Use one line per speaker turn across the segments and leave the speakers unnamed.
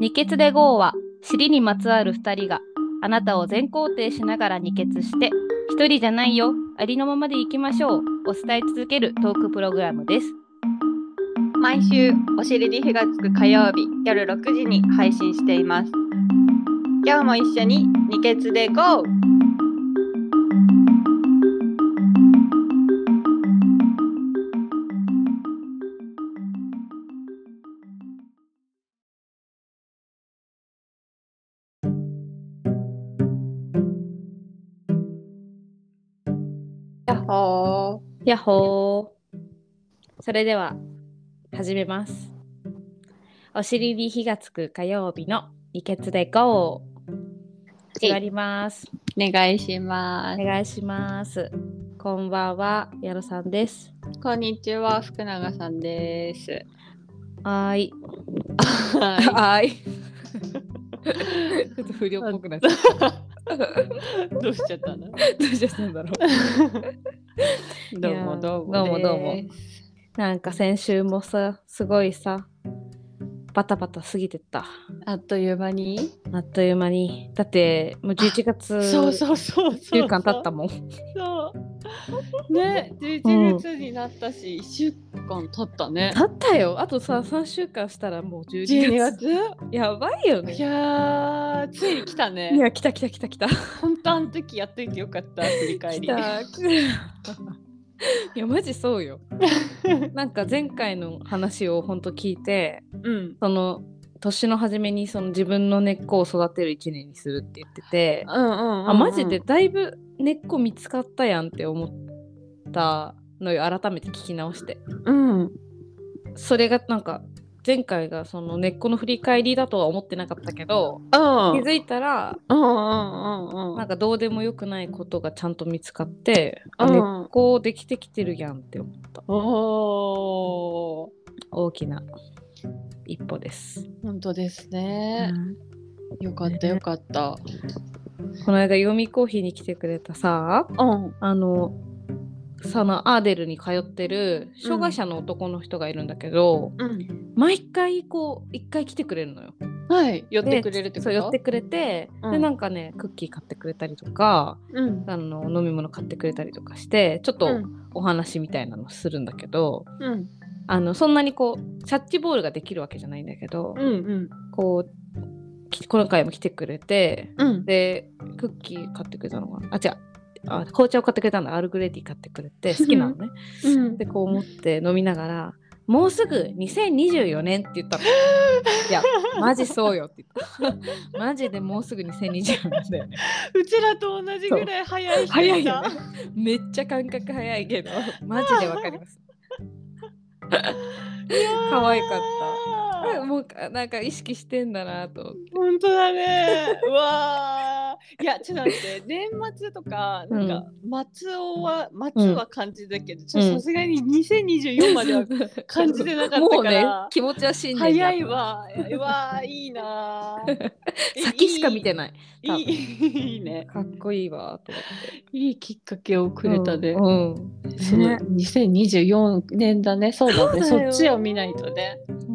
二血で GO は尻にまつわる2人があなたを全肯定しながら二血して一人じゃないよありのままでいきましょうを伝え続けるトークプログラムです
毎週お尻に火がつく火曜日夜6時に配信しています今日も一緒に二血で GO! やっほ
やっほーそれでは始めますお尻に火がつく火曜日の二血で GO
えい
始まります
ーお願いしま
お
す
願いしますこんばんはやろさんです
こんにちは福永さん です
はーい
は
はー いちょっと不 良っぽくなっちゃった
いどうしちゃった の
どうしちゃったんだろう
どうもどうも
どうもどうもなんか先週もさすごいさバタバタ過ぎてった
あっという間に
あっという間にだってもう11月
そうそうそうそう
1週間経ったもん
そう。ね、11月になったし、1週間経ったね。
経ったよあとさ3週間したらもう12月
12月
やばいよ
い
ね
やー、ついに来た
い
ね。
や来た来た来た来た
本当あの時やっといてよかった、振り
来
返 り。
たいやマジそうよなんか前回の話をほんと聞いて
うん。
その年の初めにその自分の根っこを育てる1年にするって言ってて
うんうんうんうん
あマジでだいぶ根っこ見つかったやんって思ったのよ改めて聞き直して
うん
それがなんか前回がその根っこの振り返りだとは思ってなかったけど
うん
気づいたら
うんうんうんう
なんんかどうでもよくないことがちゃんと見つかって、あ
うん
根っこできてきてるやんって思った
おー
大きな一歩です、
本当ですね、よかったよかった、
この間読みコーヒーに来てくれたさ
うん
あのそのアーデルに通ってる障害者の男の人がいるんだけど、
うん
毎回こう一回来てくれるのよ。
はい寄ってくれるって
でそ
こと
う寄ってくれて、
うん
でなんかねクッキー買ってくれたりとか
うん
あの飲み物買ってくれたりとかしてちょっと
うん
お話みたいなのするんだけど、
うん
あのそんなにこうキャッチボールができるわけじゃないんだけど、
うん
こうき今回も来てくれて
うん
でクッキー買ってくれたのかなあ違うあ紅茶を買ってくれたんだアールグレイティー買ってくれて好きなのね。
うん
でこう思って飲みながら「もうすぐ2024年」って言ったの。いやマジそうよって言った。マジでもうすぐ2024年だよね。
うちらと同じぐらい早い人だ
早いよね。めっちゃ感覚早いけどマジでわかります。可愛かった。もうかなんか意識してんだなと思って。
本当だね。うわあ。いや、ちょっと待って、年末とか、なんか、松尾は、松は漢字だけど、ちょっとさすがに2024までは感じてなかった
もう
か
ね
ら。
気持ちは新年
早
だ
いわ。うわあ、いいなー。え
先しか見て
い
ない。
い。いいいいね。
かっこいいわと思って。
いいきっかけをくれたで、
うんうん
その2024年だね。そうだね。
そうだ
そ
よ
っちを見ないとね。
うん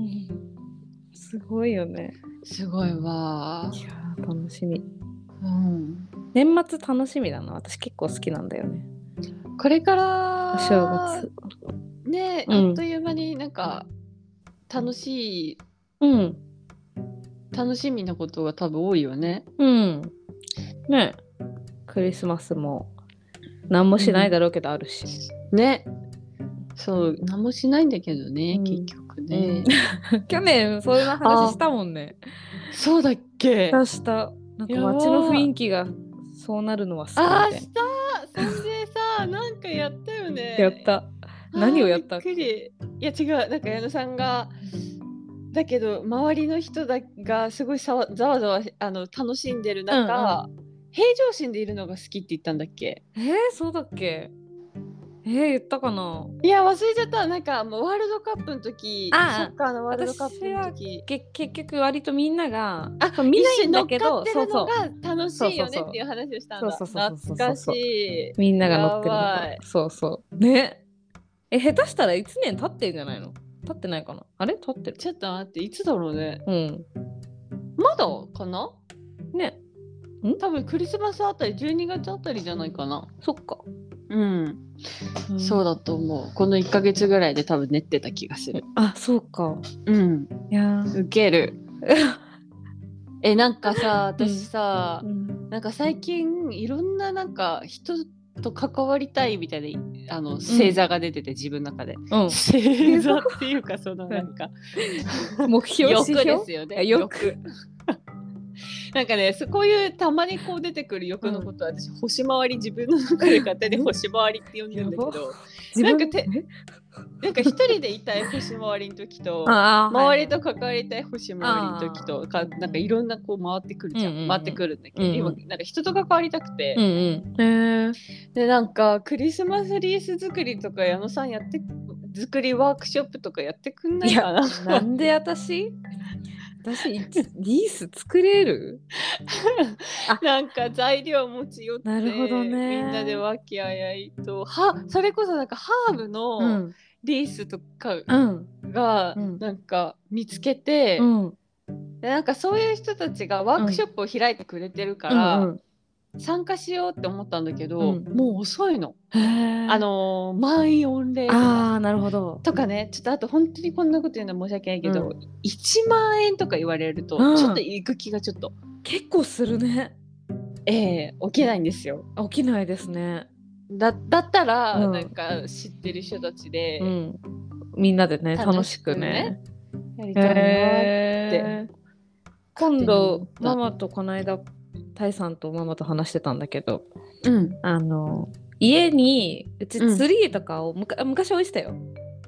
すごいよね。
すごいわー。
いやー楽しみ。
うん。
年末楽しみだな私結構好きなんだよね
これか
お
ら
正月
ね、
うん
あっという間になんか楽しい
うん
楽しみなことが多分多いよね。
うんねえクリスマスも何もしないだろうけどあるし、
ね。そう何もしないんだけどね、
うん
結局ね。
去年そういう話したもんね
そうだっけ
出したなんか
やばい
街の雰囲気がそうなるのは好き
あ
みたい
したそんでさなんかやったよね。
やった何をやった
あーびっくりいや違うなんか矢野さんがだけど周りの人だがすごいさわざわざわあの楽しんでる中、平常心でいるのが好きって言ったんだっけ
えー、そうだっけえー、言ったかない
や忘れちゃったなんかもうワールドカップの時サ
ああ
ッカーのワールドカップの時
け結局割とみんなが
あ
そう見ないんだけ
一緒に乗
ど
っかって
そう
る
そ
の
う
が楽しいよね
そうそうそう
っていう話をしたんだ
そうそうそうそうそう
懐かしい
みんなが乗ってるの
やばい
そうそうねえ下手したら1年経ってんじゃないの経ってないかなあれ経ってる
ちょっと待っていつだろうね
うん
まだかな
ね
多分クリスマスあたり12月あたりじゃないかな
そっか、
うん、そうだと思うこの1ヶ月ぐらいで多分練ってた気がする
あそうか
うん
いやー
ウケ るえなんかさ私さ、
うん
なんか最近いろんななんか人と関わりたいみたいなあの星座が出てて、自分の中で
うん
星座っていうかそのなんか
目標指
欲
標
ですよね
欲
欲 なんかねそうこういうたまにこう出てくる欲のことは、私星回り自分の中で勝 手に星回りって呼んでるんだけど
自
なん
分
かて
え
なんか一人でいたい星回りの時と
あー
周りと関わりたい星回りの時とかなんかいろんなこう回ってくるじゃ
う
ん、
んうんうん
回ってくるんだけど、
うんう
今
ん
なんか人と関わりたくて、
はいうんうんへえ
でなんかクリスマスリース作りとか矢野さんやって作りワークショップとかやってくんないい
や
かな
なんで私私い つリース作れる
なんか材料持ち寄って
なるほどね
みんなで和気あいあいとはそれこそなんかハーブ
う
の
ん
リースとか
うん
が
うん
なんか見つけて、
うん
でなんかそういう人たちがワークショップを開いてくれてるから、
うん
参加しようって思ったんだけど、
うん
もう遅いの。
うんへー
あのー満員御礼とか
あーなるほど
とかねちょっとあと本当にこんなこと言うのは申し訳ないけど、
う
1万円とか言われると、
うん
ちょっと行く気がちょっと、
結構するね
ええ起きないんですよ。
起きないですね
だだったら、
うん
なんか知ってる人たちで
うんみんなでね楽
楽
し
し
く
くね
ね
やりたいなって、
へー今度
勝手に思
ママ
っ
とこの間タイさんとママと話してたんだけど
うん
あの家にうち
うん
ツリーとかをむか、昔置いてたよ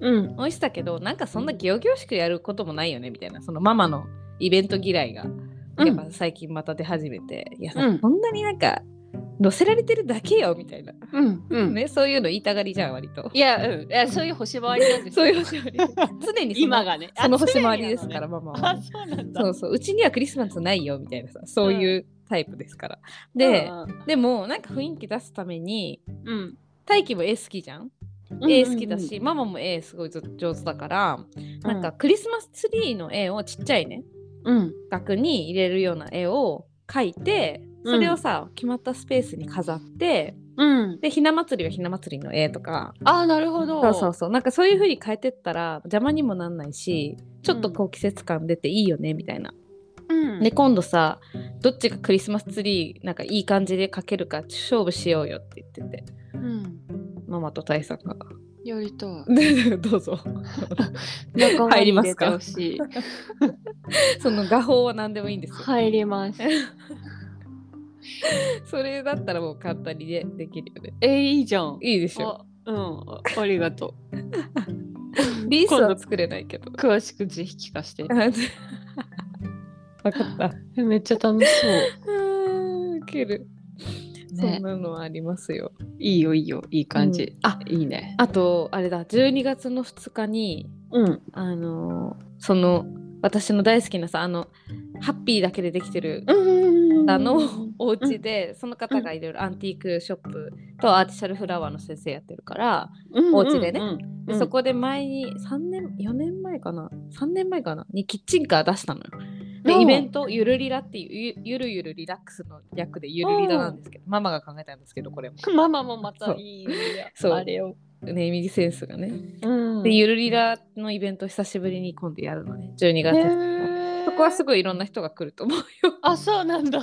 うん
置いてたけどなんかそんなギョギョしくやることもないよねみたいなそのママのイベント嫌いが
うん
やっぱ最近また出始めて、いやさ、
うん
こんなになんか乗せられてるだけよみたいな、
うんうん、
ねそういうの言いたがりじゃん割と
いや,、うん、いやそういう星回りなんです
そ
よ
ういう星回り常にその
今がね
その星
あ
回りですから、ママ
常にな
は
のねあそうなんだ
そうそううちにはクリスマスないよみたいなさそういうタイプですから、で、でもなんか雰囲気出すために
うん
大輝も絵好きじゃん、
うん、
絵好きだしママも絵すごいず上手だから、なんかクリスマスツリーの絵をちっちゃいね
うん、うん
額に入れるような絵を描いてそれをさ、決まったスペースに飾って
うん、
でひな祭りはひな祭りの絵とか
ああなるほど
そうそうそうなんかそういう風に変えてったら邪魔にもなんないしちょっとこう季節感出ていいよねみたいな。
うん
で今度さどっちがクリスマスツリーなんかいい感じで描けるか勝負しようよって言ってて
うん、
ママと大さんが 「
やりたい
どうぞ」
仲間
入り
に
ま
入
す
れ
か
てほし い
その画法は何でもいいんですよ。
入 ります
それだったらもう簡単にねできるよね。
えー、いいじゃん
いいでしょ。
あうんあありがと う
リース
今
は
度
作れないけど。
詳しくぜひ聞かせて
わかった。
めっちゃ楽し そう
ウケる。
ね
そんなのはありますよ。
いいよいいよいい感じ、
あ
いいね
あとあれだ12月の2日に
うん
あのーその私の大好きなさあのハッピーだけでできてる
うん
方のお家で、その方がいろいろアンティークショップとアーティシャルフラワーの先生やってるから、お家でねでそこで前に3年4年前かな3年前かなにキッチンカー出したのよ。でイベン
ト
トゆるりらっていうゆゆるゆるリラックスの略でゆるりらなんですけどママが考えたんですけどこれも
ママもまた
そう
いいね
そう
あれを
ネーミングセンスがね、
うん
でゆるりらのイベント久しぶりに今度やるのね12月、
へー
そこはすごいいろんな人が来ると思うよ
あそうなんだ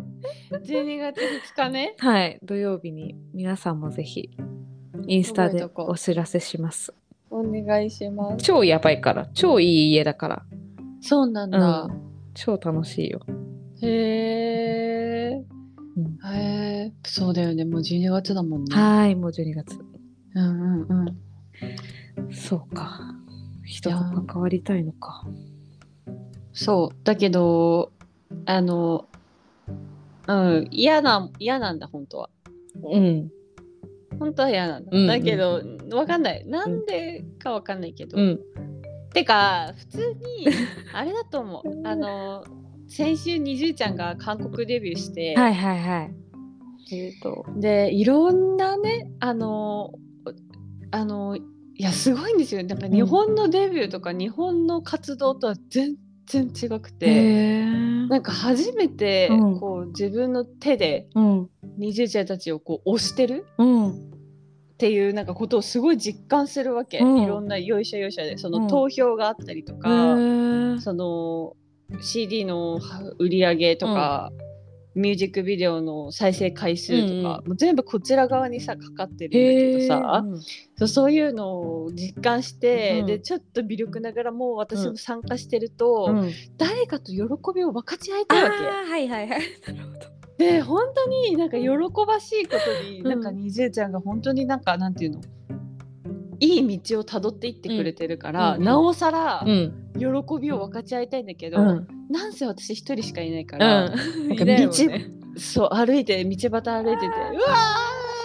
12月2日ね
はい土曜日に皆さんもぜひインスタでお知らせします
お願いします
超やばいから超いい家だか
そうなん
ら、
だ
う、ん、超楽しいよ
へえ
うん
へえそうだよねもう12月だもんね
はーいもう12月
うんうんうん
そうか人
い
と
や
関わりたいのか
そうだけどあのうん嫌な嫌なんだ本当は
うん
本当は嫌なんだ、
うんうん
だけどわかんないなんでかわかんないけど、
うん
てか普通 にあれだと思うあの先週にじゅうちゃんが韓国デビューして、
はいはいはいえっと
でいろんなねあのあのいやすごいんですよねやっぱ日本のデビューとか日本の活動とは全然違くて、
へー
なんか初めて
うん
こう自分の手で
うん
20ちゃんたちをこう押してる
うん
っていうなんかことをすごい実感するわけ、
うん
いろんなよいしょよいしょでその
うん
投票があったりと
へ
か、
ー
その CD の売り上げとか、ミュージックビデオの再生回数とか、もう全部こちら側にさかかってるんだけどさ、
へー
そうそういうのを実感して、
うん
でちょっと微力ながらもう私
う
も参加してると、
うん
誰かと喜びを分かち合い
あ
たいわけ。
ーはいはいはい
で本当になんか喜ばしいことに、
うん
なんかにじえちゃんが本当になんかなんていうのいい道をたどっていってくれてるから、
うん
なおさら
うん
喜びを分かち合いたいんだけど、
うん
なんせ私一人しかいないか
う
ら、
ん
なんか
いないもん
道
ね
そう歩いて道端歩いてて「うわ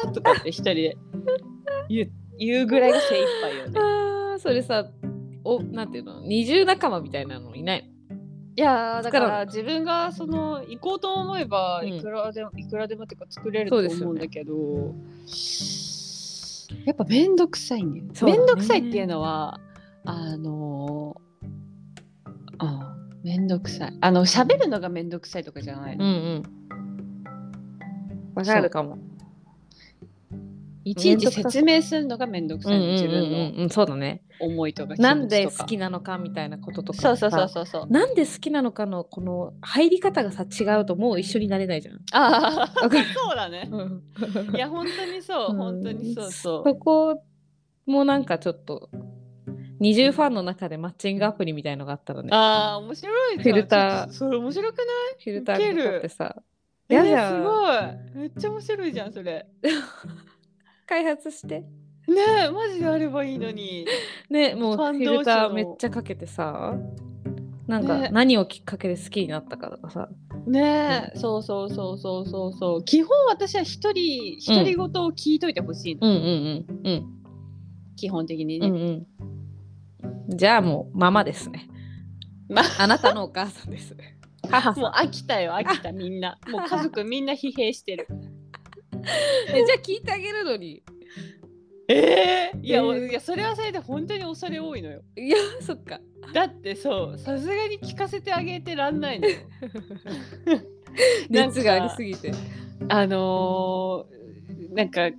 ー!」とかって一人で言う言うぐらいが精一杯よね。
あーそれさおなんていうの二重仲間みたいなのいない
いやーだか
作らな
ら自分がその行こうと思えば
うん
いくらでも、いくらでもっていうか作れると
そうですよ
思うん
ね
だけど、やっぱ面倒くさいね
そうだ
面
ね
倒、くさいっていうのはあのーうん面倒くさいあの喋るのが面倒くさいとかじゃない
うん
の、
うんわかるかも
いちい
面
ち
倒くさ
説明するのが面倒
う
くさ
んう
い
ん
の、自分
う
の
んうんそうだね
思いとか
なんで好
気
きなのかみたいなことと
持
か
ちとかそうそうそう
さ
そうそう
なんで好きなのかのこの入り方がさ違うともう一緒になれないじゃん
ああ
わかる
そうだねいや本当にそう、
うん
本当にそうそう
そこもなんかちょっと二重ファンの中でマッチングアプリみたいのがあったらね
ああ面白いじゃん
フィルター
ちょっとそれ面白くない
フィルターかかってさ
え
やだ
ーすごいめっちゃ面白いじゃんそれ
開発して
ねえマジであればいいのに
ねもうフ
感動
ィルターめっちゃかけてさなんか
ね
何をきっかけで好きになったかとかさ、
ねえそうそうそうそうそうそう基本私は一人独り言を聞いといてほしいの、
うんうんうんうん
基本的に
う
ね、
んうんじゃあもうママですね、
ま
あなたのお母さんです母さん
もう飽きたよ飽きたみんなもう家族みんな疲弊してる
えじゃあ聞いてあげるのに
ええい や、
えー
おいやそれはそれで本当に恐れ多いのよ
いやそっか
だってそうさすがに聞かせてあげてらんないのよなんか
熱がありすぎて
あのーなんか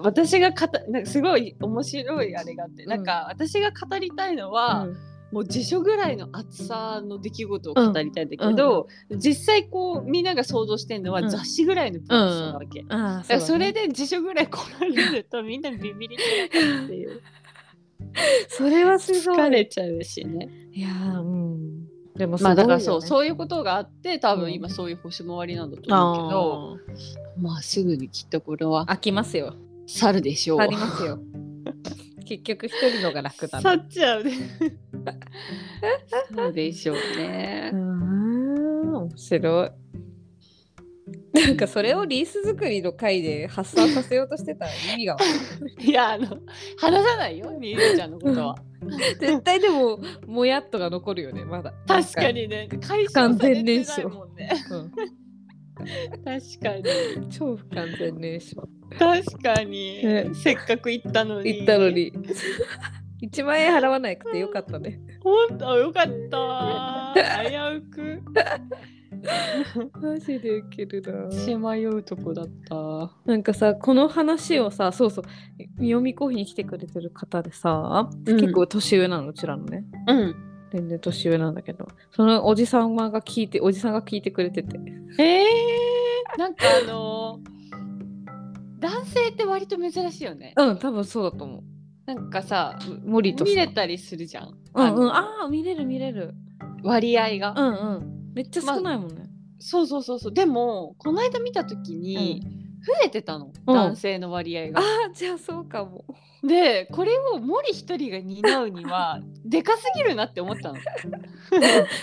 私がかたなんかすごい面白いあれがあって、なんか私が語りたいのは、もう辞書ぐらいの厚さの出来事を語りたいんだけど、実際こうみんなが想像してるの
う
は
ん
雑誌ぐらいの文章なわけ、だ
ああ
から
そ
そ
れ
れ
で
で辞書ぐらい来られるとみんなビビりになるっていう
それはすご
疲
い
れちゃうしね
いやーうんでもす
ま
ごい
あ
よね
だからそうそういうことがあって多
うん
分今そういう星回りなんだと思うけど、
あー
まあすぐにきっとこれは
飽きますよ
去るでしょう
ありますよ 結局一人のが楽だな
去っちゃうね。そうでしょうね
うー。ん面白い。なんかそれをリース作りの回で発散させようとしてたら意味がわか んない
いや、あの、話さないよ、みゆちゃんのことは。
絶対でももやっとが残るよねまだ。
確か
に。
にね、解消
完
され
全燃
てない
焼
もんね。確かに。
うん超不完全燃焼。
確かに。
ね
せっかく行ったのに。
言ったの。 に。1万円払わなくてよかったね。
ほんと、よかったわ。危うく。
マジでウケる
血
な。
迷うとこだった。
なんかさこの話をさそうそうみよみコーヒーに来てくれてる方でさ、
うん
結構年上なのうちらのね
うん。
全然年上なんだけどそのおじさんが聞いておじさんが聞いてくれてて
ええー、なんかあの男性って割と珍しいよね。
うん、多分そうだと思う。
なんかさ、
森とさ
見れたりするじゃん。
うんうん、
あの
ああー、見れる見れる。
割合が、
うんうん。めっちゃ少ないもんね。
そうそうそうそう。でもこの間見た時に増えてたの、
うん
男性の割合が。
あーじゃあそうかも。
でこれを森一人が担う にはでかすぎるなって思ったの。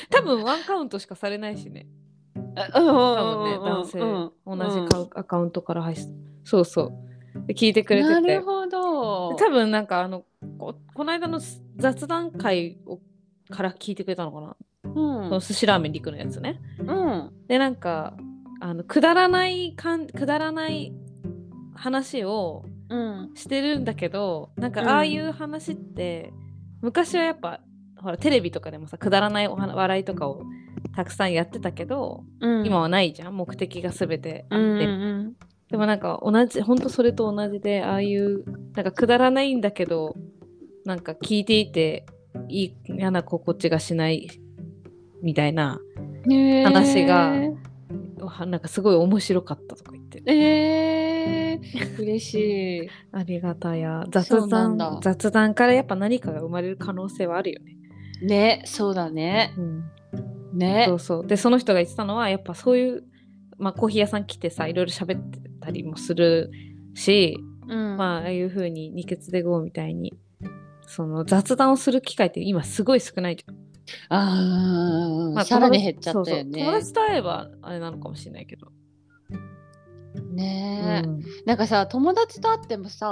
多分ワンカウントしかされないしね。多分ね、男性、同じカウアカウントから配信。そうそう。で聞いてくれ
な
てて。
るほど。
多分なんかあのここの間の雑談会をから聞いてくれたのかな、
うん
その寿司ラーメンリクのやつね
うん
でなんかあのくだらないかんくだらない話を
うん
してるんだけどなん
うん
かああいう話って、昔はやっぱほらテレビとかでもさくだらないお話笑いとかをたくさんやってたけど、
うん
今はないじゃん目的が全てあ
う
って、
んうん
でもなんか同じ本当それと同じでああいうなんかくだらないんだけどなんか聞いていていい嫌な心地がしないみたいな
うんねえ
話がわなんかすごい面白かったとか言ってる
えー、嬉 しい。
ありがたや
そ
雑
うなんだ
談雑談からやっぱ何かが生まれる可能性はあるよね、
ね、そうだね。
うん、
ね
そう。そうでその人が言ってたのはやっぱそういう、まあ、コーヒー屋さん来てさいろいろ喋ってたりもするし
うん
まあ、ああいう風に二血で GO みたいにその雑談をする機会って今すごい少ないじゃん。
あー、
まあ
さらに減っちゃ
そ
っ
う
た
そう
よね。
友達と会えばあれなのかもしれないけど。
ねえ、
うん
なんかさ友達と会ってもさ、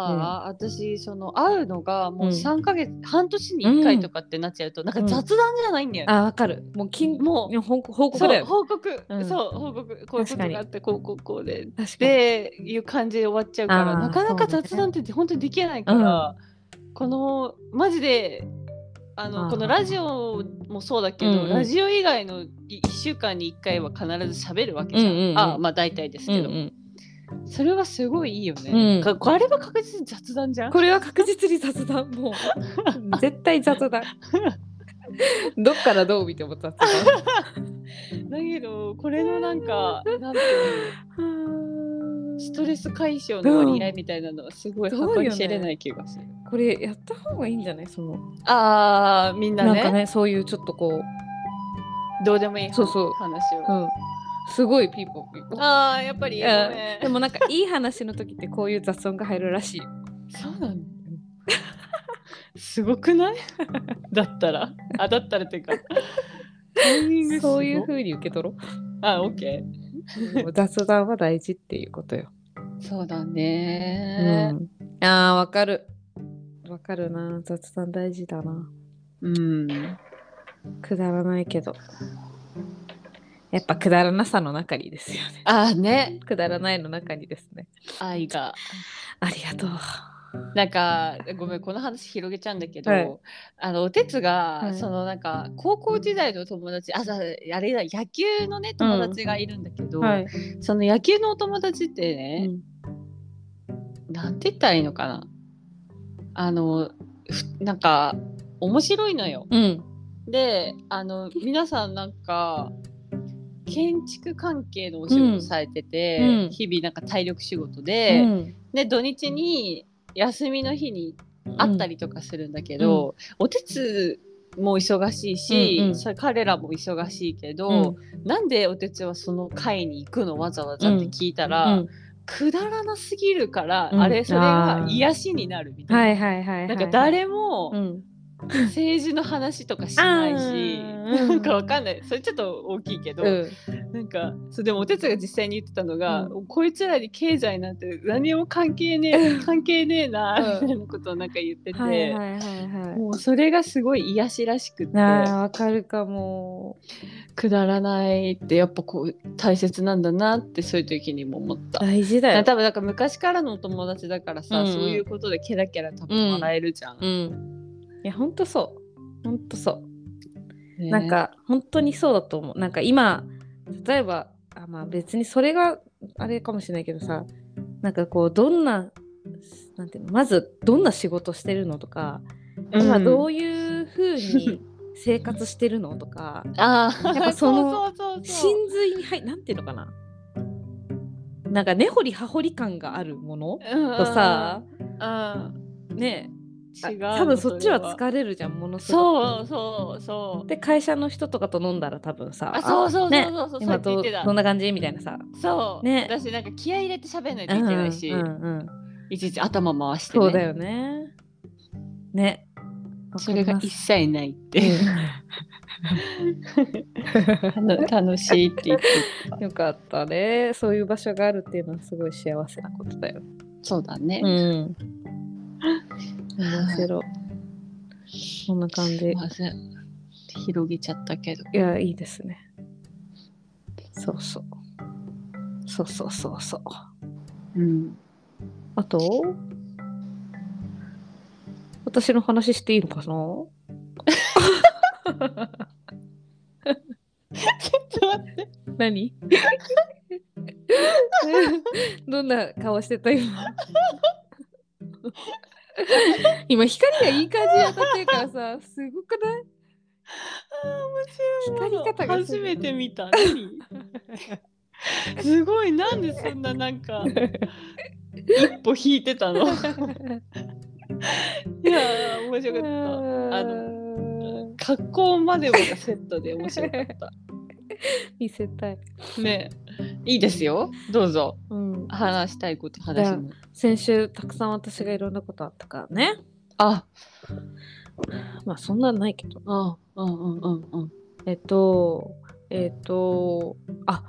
私その会うのがもう
うん
3ヶ月、半年に1回とかってなっちゃうと、なんか雑談じゃないんだよね。
あわかる。もう近
もう
もう報告報告だ
そう
よ。
報告、
うん
そう報告こういうこと
確かに
があってこうこうこうで
確かに。
でいう感じで終わっちゃうから
あー
なかなか
そうだね
雑談って本当にできないから、このマジであの
あー
このラジオもそうだけど、
うんうん
ラジオ以外の1週間に1回は必ず喋るわけじゃん,、
うんうんうん
あまあ大体です
うん
け
う
ど、
ん、
それはすごいいいよね、
うん
かこれは確実に雑談じゃん
これは確実に雑談 もう絶対雑談どっからどう見ても雑談
だけどこれのなんかなんていうのストレス解消の割合みたいなのはすごい
うん
幅に知れない気がする、
これやった方がいいんじゃないその、
あーみんな
なん
ね
かねそういうちょっとこう
どうでもいい
そうそう
話を、
うんすごいピーポーピーポー
ああやっぱりごめん
でもなんかいい話の時ってこういう雑音が入るらしいよ。
そうなのすごくない だったらあだったらっていうかタイミングすご
そういう風に受け取ろ
あオッケ
う。でも雑談は大事っていうことよ。
ーそうだ
う
ね
ん、あーわかる。わかるな。雑談大事だな。
うん、
くだらないけど。やっぱくだらなさの中にですよね。
ああね
くだらないの中にですね。
愛が
ありがとう。
なんかごめんこの話広げちゃうんだけど、
はい
あのおてつが、
はい
そのなんか高校時代の友達あさあれだ野球のね友達がいるんだけど、
はい。
その野球のお友達ってね、なんて言ったらいいのかなあのふなんか面白いのよ。
うん。
であの皆さんなんか建築関係のお仕事されてて、
うん
日々なんか体力仕事
う
で、
ん。
で土日に休みの日に会ったりとかするんだけど、お手つも忙しいし、
うんうん
それ彼らも忙しいけ
うん、
ど、なんでお手つはその会に行くのわざわざって聞いた
う
ら、
ん
くだらなすぎるから、
うん
あれそれが
あー
癒しになるみたいな。
はいはいはいはい。
なんか誰も
うん。
政治の話とかしないし、
あー
なんかわかんないそれちょっと大きいけど、
うん。
なんかそうでもおてつが実際に言ってたのが、
う
こいつらに経済なんて何も関係ねえ関係ねえな、
うん
みたいなことをなんか言ってて、
はいはいはいはい。
もうそれがすごい癒しらしくって
なあ、わかるかも。
くだらないってやっぱこう大切なんだなってそういう時にも思った。
大事だよ。
多分なんか昔からのお友達だからさ、
うんうん
そういうことでケラケラ多分笑えるじゃん。
うん。いや、ほんとそう。ほんとそう。
ね
なんか、本当にそうだと思う。なんか今、例えば、あまあ別にそれがあれかもしれないけどさ、なんかこう、どんな、なんていうの、まず、どんな仕事してるのとか、今どういう風に生活してるのと か、
ああ、
やっぱその
そうそうそうそう
真髄に入、なんていうのかな。なんか根掘り葉掘り感があるもの
うん
とさ、
うん、
ね
違
え
う
あ多分そっちは
う
疲れるじゃんものすごく
そうそうそう
で会社の人とかと飲んだら多分さ
あそうそうそう
ね
そうそう、
今
そう
ど
やって言って
どんな感じみたいなさ
たそう、
ね
私なんか気合い入れて喋んないといけないし、
うんうんうん
いちいち頭回して、ね、
そうだよねね
それが一切ないって
い
いう楽楽しいって言って
よかったねそういう場所があるっていうのはすごい幸せなことだよ
そうだね、
うん面
は
白いそんな感じ
いまず広げちゃったけど
いや、いいですね。そうそう。そうそうそうそう。
うん
あと私の話 していいのかな 何どんな顔してた今 今光がいい感じに当たってるからさすごくない
あー面白い
光り方がすご
初
い
めて見た 何すごいなんでそんななんか一歩引いてたのいやー面白かっあ
の
た格好までもがセットで面白かった
見せたい、
ねいいですよどうぞ
うん、
話したいこと話します
先週たくさん私がいろんなことあったからね
あ
まあそんなんないけど
あうんうんうんうん
えっとえっとあ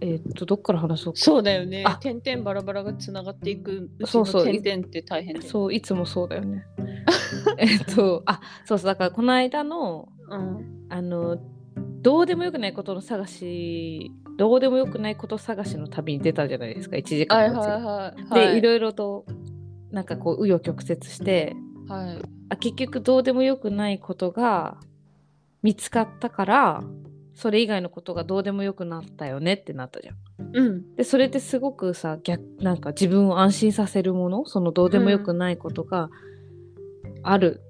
えっとどっから話そうか
そうだよね
あ
点々バラバラがつながっていくうち
そ
の
うそう
点々って大変だよね
そういつもそうだよ ねえっとあそうそうだからこの間の
うん
あのどうでもよくないことの探しどうでもよくないこと探しの旅に出たじゃないですか1時
は
間
い
のうち
はいはい
で、
はい
いろいろとなんかこう紆余曲折して
はい
あ結局どうでもよくないことが見つかったからそれ以外のことがどうでもよくなったよねってなったじゃん。
うん
でそれってすごくさ逆なんか自分を安心させるものそのどうでもよくないことがある、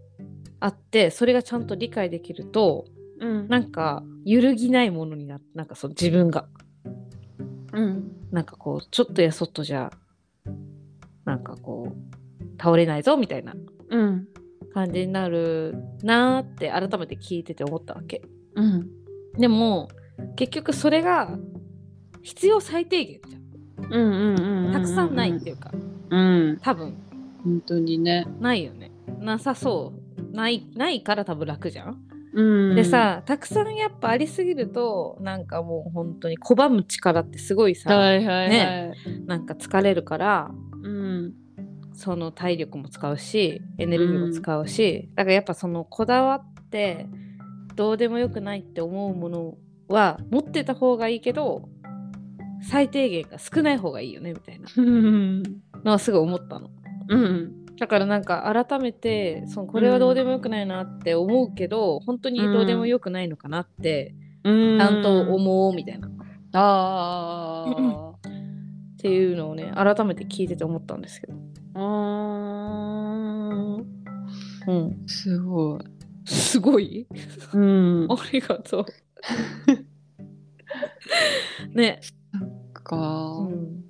あってそれがちゃんと理解できると
うん
なんか揺るぎないものになってなんかそう自分が
うん
なんかこうちょっとやそっとじゃなんかこう倒れないぞみたいな
うん
感じになるなーって改めて聞いてて思ったわけ
うん
でも結局それが必要最低限じ
うんうんうんう
ゃ
ん
んたくさんないっていうか
うん
多分
本当にね
ないよねなさそうないないから多分楽じゃん、
うん
でさたくさんやっぱありすぎるとなんかもう本当に拒む力ってすごいさ、
はいはいはい、
ねなんか疲れるから
うん
その体力も使うしエネルギーも使うし、だからやっぱそのこだわってどうでもよくないって思うものは持ってた方がいいけど最低限が少ない方がいいよねみたいな
うん
のはすごい思ったの
うん
だからなんか改めてそのこれはどうでもよくないなって思うけど、本当にどうでもよくないのかなってちゃんと思うみたいな、っ
あ
ていうのをね改めて聞いてて思ったんですけど、
ーう
うん、
んすごい
すごい
うん
ありが とう。ね。
か
うん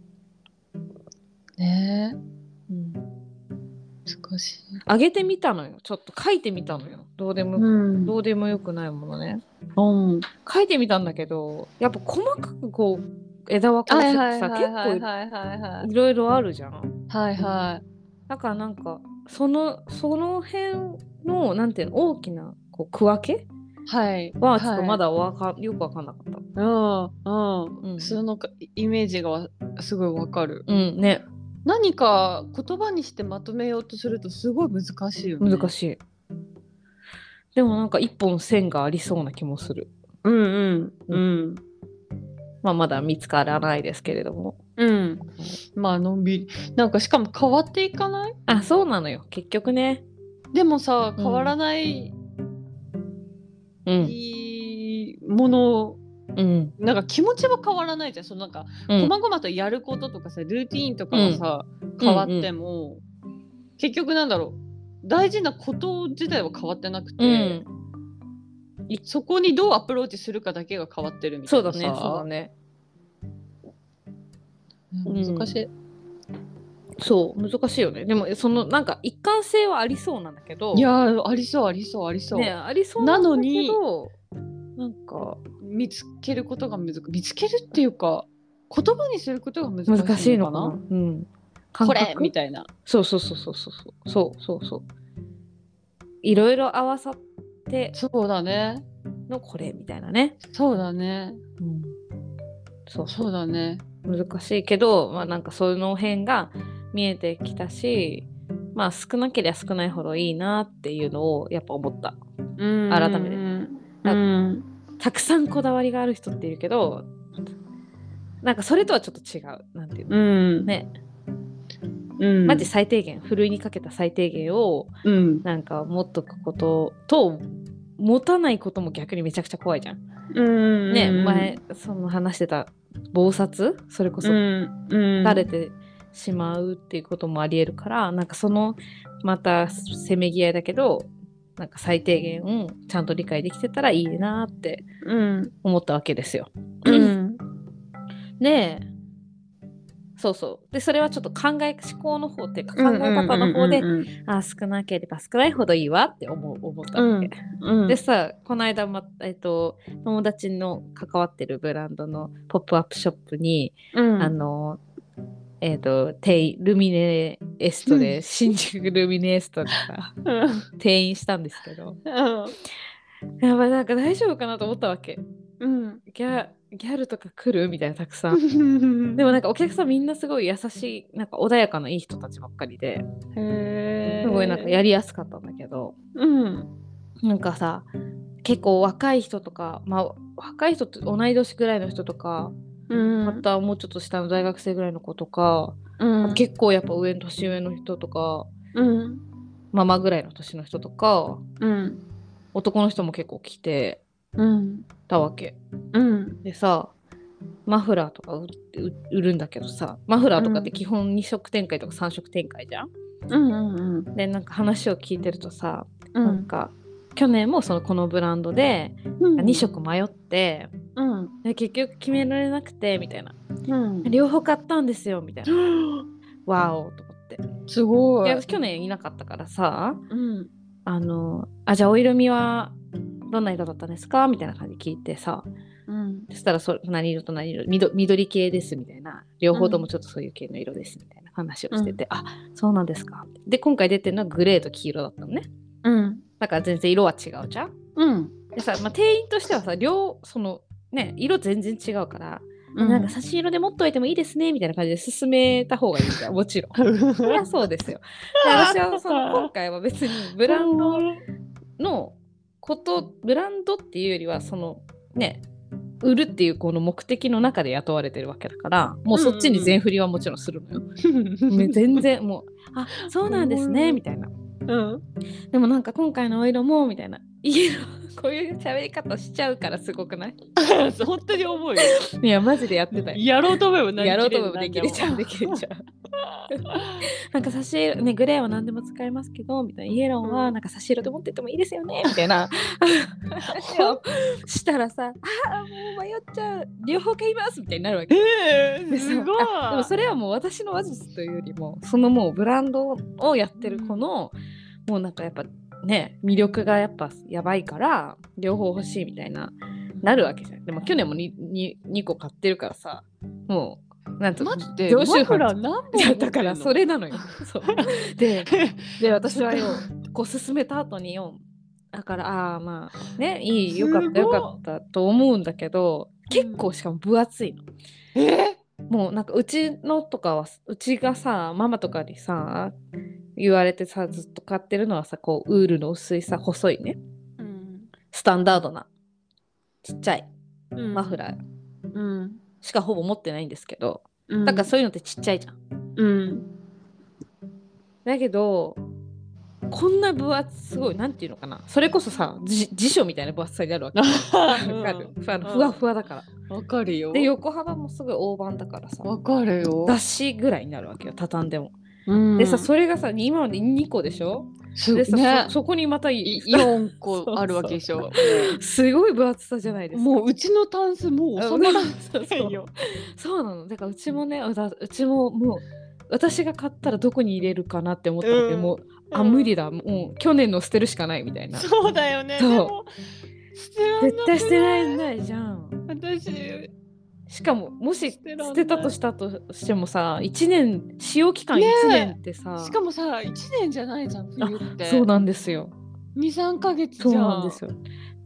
ね
うん、
難しい
上げてみたのよ。ちょっと書いてみたのよ。どうでも、
ん
どうでもよくないものね。
うん
書いてみたんだけど、やっぱ細かくこう枝分か
は
れ
い
て
は
て
い
さ、
はいはい
結構
はいはいはい
ろいろあるじゃん。
いはいはい
だからなんかそのその辺のなんていうの大きなこう区分け
はい
はちょっとまだわか、よくわかんなかった。
うんうん
うん
そのかイメージがわすごいわかる
うんね
何か言葉にしてまとめようとするとすごい難しいよね。
難しい。でもなんか一本線がありそうな気もする。
うんうんうん
まあ、まだ見つからないですけれども。
うん。まあのんびりなんかしかも変わっていかない
あ、そうなのよ。結局ね。
でもさ
ん
変わらない
うん。
いいもの、
うん。
なんか気持ちは変わらないじゃんそのなんか
う
細
ん、
々とやることとかさルーティーンとかがさ、変わっても、結局なんだろう大事なこと自体は変わってなくて。
うん
そこにどうアプローチするかだけが変わってるみた
そ
いう
だ
な
ね。
さ
そうだね。
うん難しい、
そう、難しいよね。でも、その、なんか一貫性はありそうなんだけど。
いやーありそうありそうありそう、
ね、ありそうなんだけど。なんか
見つけることが難見つけるっていうか言葉にすることが難しいのかな
難しいのかな。うん。感
こ
覚
れみたいな
そうそうそうそうそうそうそうそう。いろいろ合わさって
そうだね
のこれみたいなね。
そうだね
うん。そうそう
そうだね
難しいけど、まあ、なんかその辺が見えてきたし、まあ、少なければ少ないほどいいなっていうのをやっぱ思った
うん
改めて
うん
だ
うん
たくさんこだわりがある人っているけどなんかそれとはちょっと違うなんていうの、
うん
ね
うん
マジ最低限ふるいにかけた最低限を
うん
なんか持っとくことと持たないことも逆にめちゃくちゃ怖いじゃん。
うん
ね、前その話してた暴殺それこそ
うんうん
垂れてしまうっていうこともありえるから、なんかそのまたせめぎ合いだけどなんか最低限をちゃんと理解できてたらいいなって
うん
思ったわけですよ。
うん
でそうそうでそれはちょっと考え思考の方っていうか考え方の方で、
うん
あー少なければ少ないほどいいわって思う思ったわけ。
うんうん
でさこの間、まえっと友達の関わってるブランドのポップアップショップに、
うん
あのえっ、と店員ルミネエストで、新宿ルミネエストで さ
うん
店員したんですけど
うん
やばいなんか大丈夫かなと思ったわけ
うん
ギャギャルとか来るみたいなたくさ
うん ん
でもなんかお客さんみんなすごい優しいなんか穏やかないい人たちばっかりで
へー
すごいなんかやりやすかったんだけど、
うん
なんかさ結構若い人とかまあ若い人って同い年ぐらいの人とか、
うん
またもうちょっと下の大学生ぐらいの子とか、
うん
結構やっぱ上年上の人とか
うん
ママぐらいの年の人とか
うん
男の人も結構来て
うん
たわけ
うん
でさマフラーとか売って売売るんだけどさマフラーとかって
う
基本2色展開とか3色展開じゃん、
うんうん
でなんか話を聞いてるとさ、
う
なん
ん
か去年もそのこのブランドで
うん
2色迷って、
うん
で結局決められなくてみたいな
うん
両方買ったんですよみたいなわおと思って
すご
で
い
私去年いなかったからさ
うん
あのあじゃあお色味はどんな色だったんですかみたいな感じで聞いてさ
うん
そしたらそ何色と何色緑緑系ですみたいな両方ともちょっとそういう系の色ですみたいな話をしてて、あそうなんですかで今回出てるのはグレーと黄色だったのね
うん
だから全然色は違うじゃん
うん
でさ、まあ、店員としてはさ両そのね色全然違うからなんか差し色で持っといてもいいですねみたいな感じで進めた方がいいじゃんもちろん。そりゃそうですよ。で私はそ の今回は別にブ
ブ
ランドのことブランドっていうよりはそのね売るっていうこの目的の中で雇われてるわけだからもうそっちに全振りはもちろんするのよ。ね全然 もう「あそうなんですね」みたいな。
うん
でもなんか今回のお色もみたいな。いい色こういう喋り方しちゃうからすごくない
本当に思うよ
いやマジでやってたよ。
やろうと思えば何
やろうと思え
も
ばできるじゃんできるじゃ ん。なんか差し色ねグレーは何でも使えますけどみたいなイエローはなんか差し色で持ってってもいいですよねみたい な話を したらさ「ああもう迷っちゃう両方買います」みたいになるわけ。
ええ
でさ
すごい
あでもそれはもう私の話術というよりもそのもうブランドをやってる子の、もうなんかやっぱね魅力がやっぱやばいから両方欲しいみたいななるわけじゃん。でも去年も 2, 2個買ってるからさもうなんと
待って
常習
マフ
犯
ラー
い
何本
やだからそ
れ
れな のよ。そうでで私はよこう進めた後によだからああーまあねいいよかっ
すご
た
い
よかったと思うんだけど結構しかも分厚いの。
え
もうなんかうちのとかはうちがさママとかにさ言われてさずっと買ってるのはさこうウールの薄いさ細いねスタンダードなちっちゃいマフ
ラ
ラー
ーうん
しかほぼ持ってないんですけど
うん
だからそういうのってちっちゃいじゃん。
うん
だけどこんな分厚すごいなんていうのかなそれこそさじ辞書みたいな分厚さになる わけわかるふわ
うん
ふわふわだから、
わかるよ
で横幅もすごい大判だからさ
わかるよ
出しぐらいになるわけよ畳んでも、
うん
でさそれがさ今まで2個でしょ
す
でさ、
ね
そそこにまたい
い4個あるわけでしょ
すごい分厚さじゃないですか
もううちのタンスもう
あ
収まら
そう
な
そ
いうよ
そうなのだからうちもねうだうちももう私が買ったらどこに入れるかなって思ったけど、
うん
もうあ
うん
無理だもう去年の捨てるしかないみたい な
そうだよね
そう
でも捨てらんなく
絶対捨てられないじゃん。
私
しかももし
捨てらんない
捨てたとしたとしてもさ1年使用期間1
ねえ
年ってさ、
しかもさ1年じゃないじゃん冬って
そうなんですよ
23か月じゃん
そうなんですよっ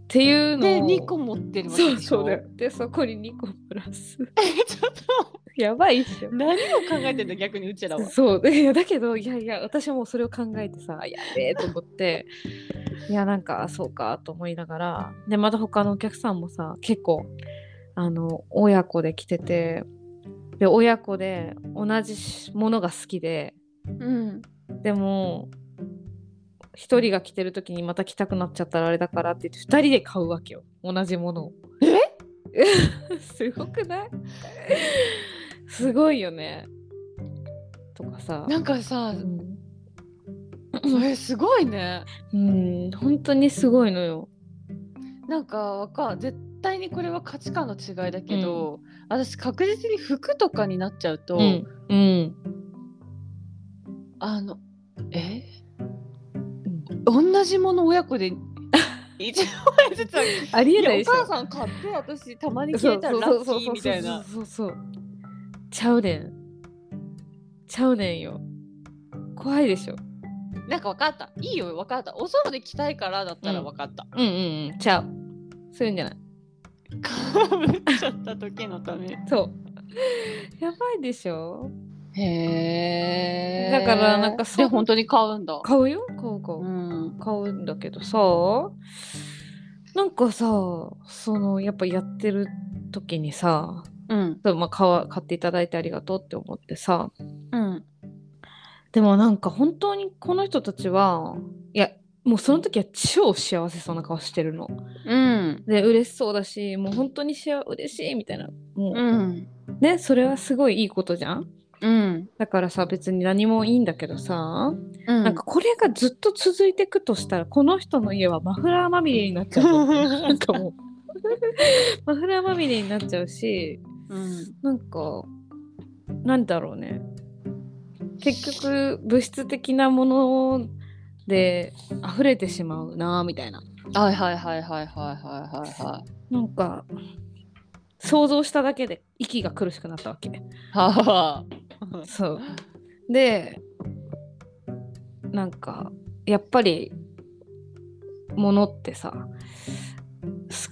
ていうの
で
を
2個持ってるわ
そ
け
う
でしょ
そうだよでそこに2個プラス
えちょっと
やばいっしょ
何を考えてんだ逆にうちらは
そう いやだけどいやいや私はもうそれを考えてさやべえと思っていやなんかそうかと思いながらでまた他のお客さんもさ結構あの親子で来ててで親子で同じものが好きで
うん
でも一人が着てる時にまた着たくなっちゃったらあれだからって言って二人で買うわけよ同じものをえ すごくない すごいよねとかさ
なんかさ
う、ん、
それすごいね。
うん、本当にすごいのよ
なんかわかん絶対にこれは価値観の違いだけど、私確実に服とかになっちゃうと、
うんうん
あのえ、同じもの親 子で一枚ずつあげる
ありえ
いや
ない
お
でしょ
母さん買って私たまに消えたらラッキーみたいな
そうそうそうそうそうそうちゃうねんちゃうねんよ怖いでしょ
なんか分かったいいよ分かったお外で着たいからだったら分 かった、
うんうんうんちゃうそういうんじゃない
かぶっちゃった時のため
そう やばいでしょ
へ
ーだからなんかそう
で本当に買うんだ
買うよ買う買う、
うん
買うんだけどさなんかさそのやっぱやってる時にさ、
うん
そうまあ、買わ買っていただいてありがとうって思ってさ
うん
でもなんか本当にこの人たちはいやもうその時は超幸せそうな顔してるの。
うん
で嬉しそうだしもう本当にしあ嬉しいみたいなもう、
うん
ねそれはすごいいいことじゃん
うん
だからさ別に何もいいんだけどさ、
うん
なんかこれがずっと続いてくとしたらこの人の家はマフラーまみれになっちゃうと 思うなんかもうマフラーまみれになっちゃうし
うん
なんかなんだろうね結局物質的なもので溢れてしまうなみたいな
はいはいはいはいはいはいはいはい
なんか想像しただけで息が苦しくなったわけ。
はは
そうでなんかやっぱり物ってさ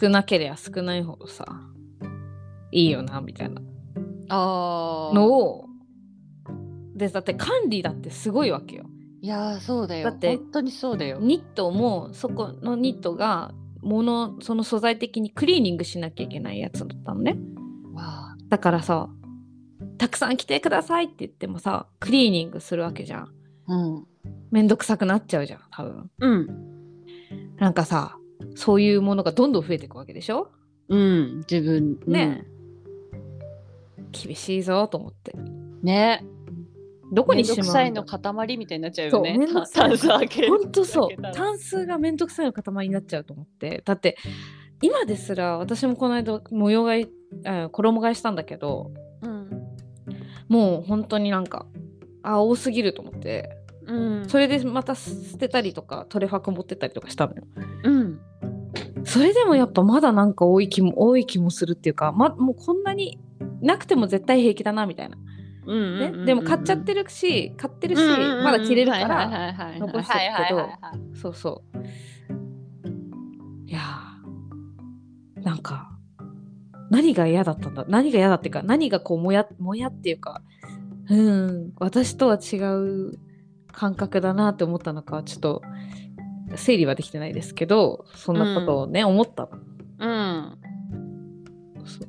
少なければ少ないほどさいいよなみたいな
あー
のをでだって管理だってすごいわけよ。
いやーそうだよ
だって
本当にそうだよ
ニットもそこのニットが物その素材的にクリーニングしなきゃいけないやつだったのね。
わ
だからさたくさん着てくださいって言ってもさクリーニングするわけじゃん
ーうん
めんどくさくなっちゃうじゃん多分
うん
なんかさそういうものがどんどん増えていくわけでしょ
うん自分
ね、厳しいぞと思 って
うんね
どこ
め
に
ん
し
どく
ま
さ
う
い
ん
の
だ
塊みたいになっちゃうよね
そうめんどくさい
炭素開け
ほんとそ
開け
う
たら
単数がめんどくさいの塊になっちゃうと思ってだって今ですら私もこの間模様替えあ衣替えしたんだけど
うん
もう本当になんかあ多すぎると思って
うん
それでまた捨てたりとかトレファク持ってったりとかしたのよ
うん
それでもやっぱまだなんか多い気も多い気もするっていうか、ま、もうこんなになくても絶対平気だなみたいな、ね
うんうんうんうん
でも買っちゃってるし買ってるし、
うんうんうんうん
まだ着れるか
はい
ら
はいはいはい
残しとくけど
はいはいはいはい
そうそういやーなんか何が嫌だったんだ何が嫌だっていうか何がこうもやもやっていうかうん私とは違う感覚だなって思ったのかちょっと整理はできてないですけどそんなことをね、思ったの
うん
そう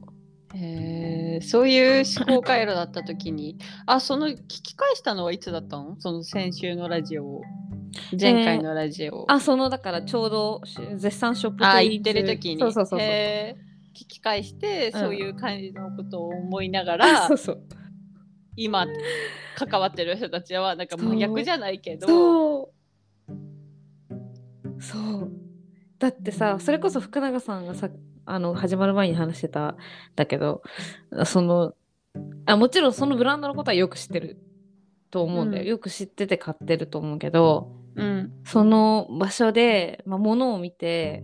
えーそういう思考回路だった時にあその聞き返したのはいつだったのその先週のラジオを前回のラジオを、
あそのだからちょうどし絶賛ショップ
あ
店
言
員
って
中
る時に
そうそうそうそう
えー聞き返して、
うん
そういう感じのことを思いなが
あ
ら
そうそう
今関わってる人たちはなんか
そう
真逆じゃないけど
そうそうだってさそれこそ福永さんがさあの始まる前に話してたんだけどそのあもちろんそのブランドのことはよく知ってると思うんだよ、
うん
よく知ってて買ってると思うけど
うん
その場所で、まあ、物を見て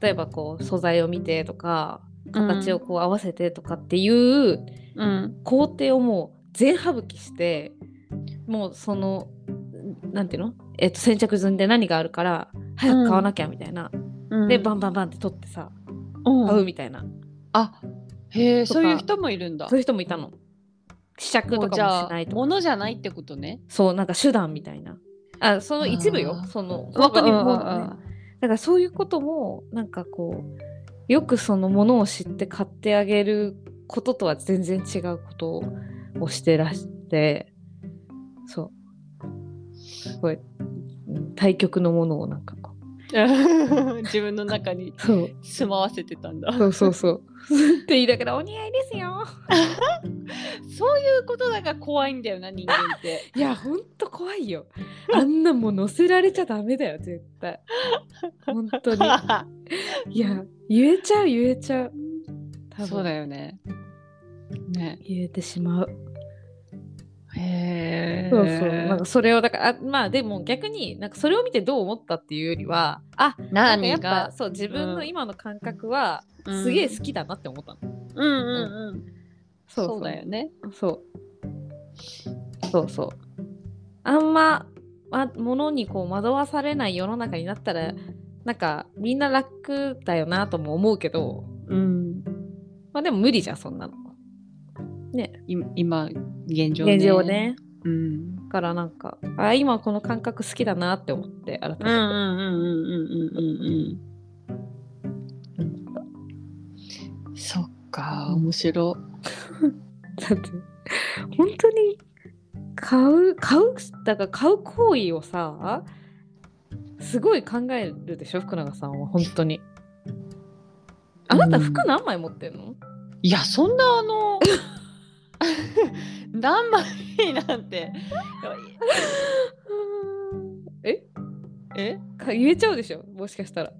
例えばこう素材を見てとか形をこう合わせてとかっていう、
うん
工程をもう全省きしてもうそのなんていうの、えっと先着順で何があるから早く買わなきゃみたいな、
うん
でバンバンバンって取ってさ
うん
買うみたいな、
あへえ
とか
そういう人もいるんだ
そういう人もいたの試着
も
と
うじ
かも
ゃ
しな
あ
いとか
物じゃないってことね
そうなんか手段みたいなあその一部よ
あー
その本当にもう、
んん
ね
ん、
だからそういうこともなんかこうよくそのものを知って買ってあげることとは全然違うことをしてらしてそうすごいうん対極のものをなんかこ
自分の中に
うそう
住まわせてたんだ。
そうそう そうそうって言いながらお似合いですよ
そういうことだから怖いんだよな人間って。
いやほんと怖いよあんなもう乗せられちゃダメだよ絶対本当 にいや言えちゃう言えちゃう多分
そうだよね。ね。
言えてしまう
へえ。
そうそうなんかそれをだからあまあでも逆になんかそれを見てどう思ったっていうよりはあなんかやっ
何
ぱ
が
そう自分の今の感覚は
うん
すげえ好きだなって思ったの、
うんうんうん。
そ
そうう
そう
だよね。
そうそうそうあんまあ物にこう惑わされない世の中になったらなんかみんな楽だよなとも思うけど
うん。
まあでも無理じゃんそんなの
い今現状ね。
現状。ね
うん。
だからなんかあ今この感覚好きだなって思って改めて、
うんうんうんうんうんうんうん。そっか、面白
だって本当に買う買うだから買う行為をさすごい考えるでしょ福永さんは本当にあなた
うん
服何枚持ってんの、
い。いや、そんなあの。 何枚なんて。
え
え、
か言えちゃうでしょもしかしたら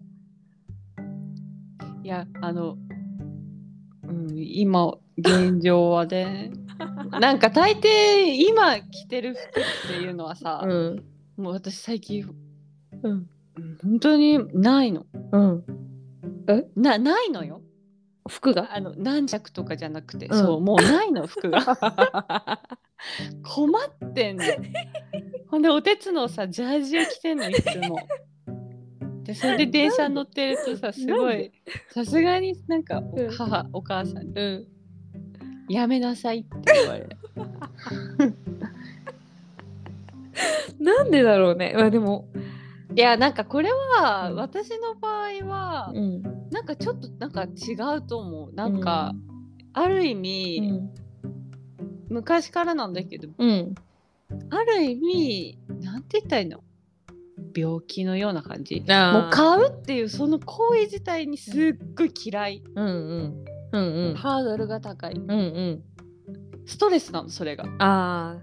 いや、あの。うん、今、現状は ね。なんか大抵、今着てる服っていうのはさ、
ん
もう私最近。
うん
うん本当にないの。
うん
な、ないのよ。
服が
あの軟弱とかじゃなくて、
うん
そうもうないの服が 困ってん のほんでおてつのさジャージを着てんのいつもでそれで電車乗ってると さすご
なん
いさすがになんかお
うん
母お母さんに
うん
「やめなさい」って言われる
なんでだろうねまあでも
いやなんかこれは
うん
私の場合は
ん
なんかちょっとなんか違うと思うなんか、ある意
う
味、
ん
昔からなんだけど
うん
ある意味なんて言ったらいいの病気のような感じ
あー
もう買うっていうその行為自体にすっごい嫌い、
うんうんうんうん
ハードルが高い
うんうん
ストレスなのそれが、
あ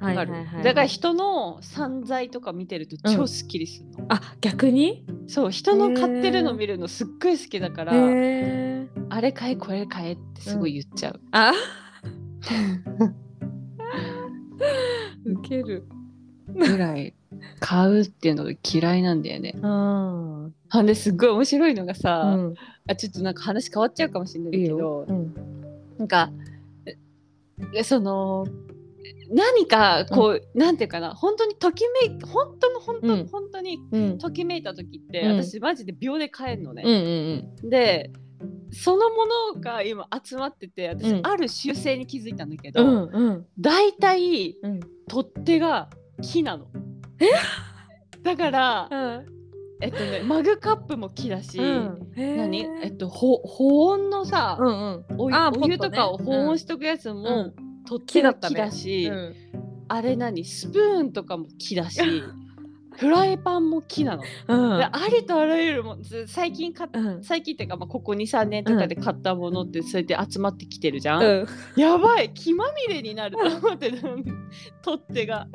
あ、はいは
わ
い
か
は
る
いはい。
だから人の散財とか見てると超すっきりするの、
あ逆に
そう人の買ってるの見るのすっごい好きだから、
へえ。
あれ買えこれ買えってすごい言っちゃう、
あウケる。
ぐらい買うっていうのが嫌いなんだよね
あ
ほんですっごい面白いのが
あ。
さ、
うん、
あちょっとなんか話変わっちゃうかもしれない
いい
け
よ
ど。
うん
なんかええその何かこう、なんていうかな本当にときめい本当の本当、
うん
本当に
うん
ときめいた時って、
うん
私マジで秒で帰るの
うんう
ね、
ん
でそのものが今集まってて私、
うん
ある習性に気づいたんだけ
う
ど、
んうん
大体
うん
取っ手が木なの。だから、
うん
えっとね、マグカップも木だし、
うんへー
何えっとほ保温のさ、
うんうん
お湯
あー
お湯と
ポッ
かを
トね
保温しとくやつも、取っ
木
手
だ
が
った
木
ね
だし、
うん
あれ何スプーンとかも木だ しフライパンも木なの、で
うん
ありとあらゆるものず最近買っ
うん
最近っていうか、まあ、ここ23年とかで買ったものってそうやって集まってきてるじゃん、
うん
やばい木まみれになると思ってた 取っ手が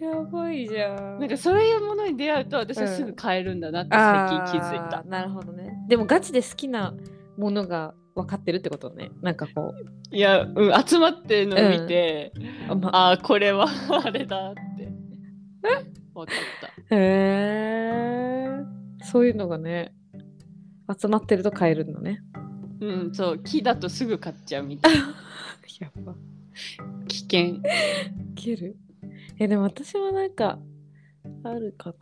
やばいじゃん。
なんかそういうものに出会うと私はすぐ買えるんだなって最近気づい
あ
た
ー、なるほどね。でもガチで好きなものが分かってるってことね。なんかこ
いや、うん、集まってるのを見て、
う。ま
ああこれはあれだって分かった
へえそういうのがね集まってると買えるのね
うんそう木だとすぐ買っちゃうみたいな
やっぱ
危険
いけるえでも私はなんかあるか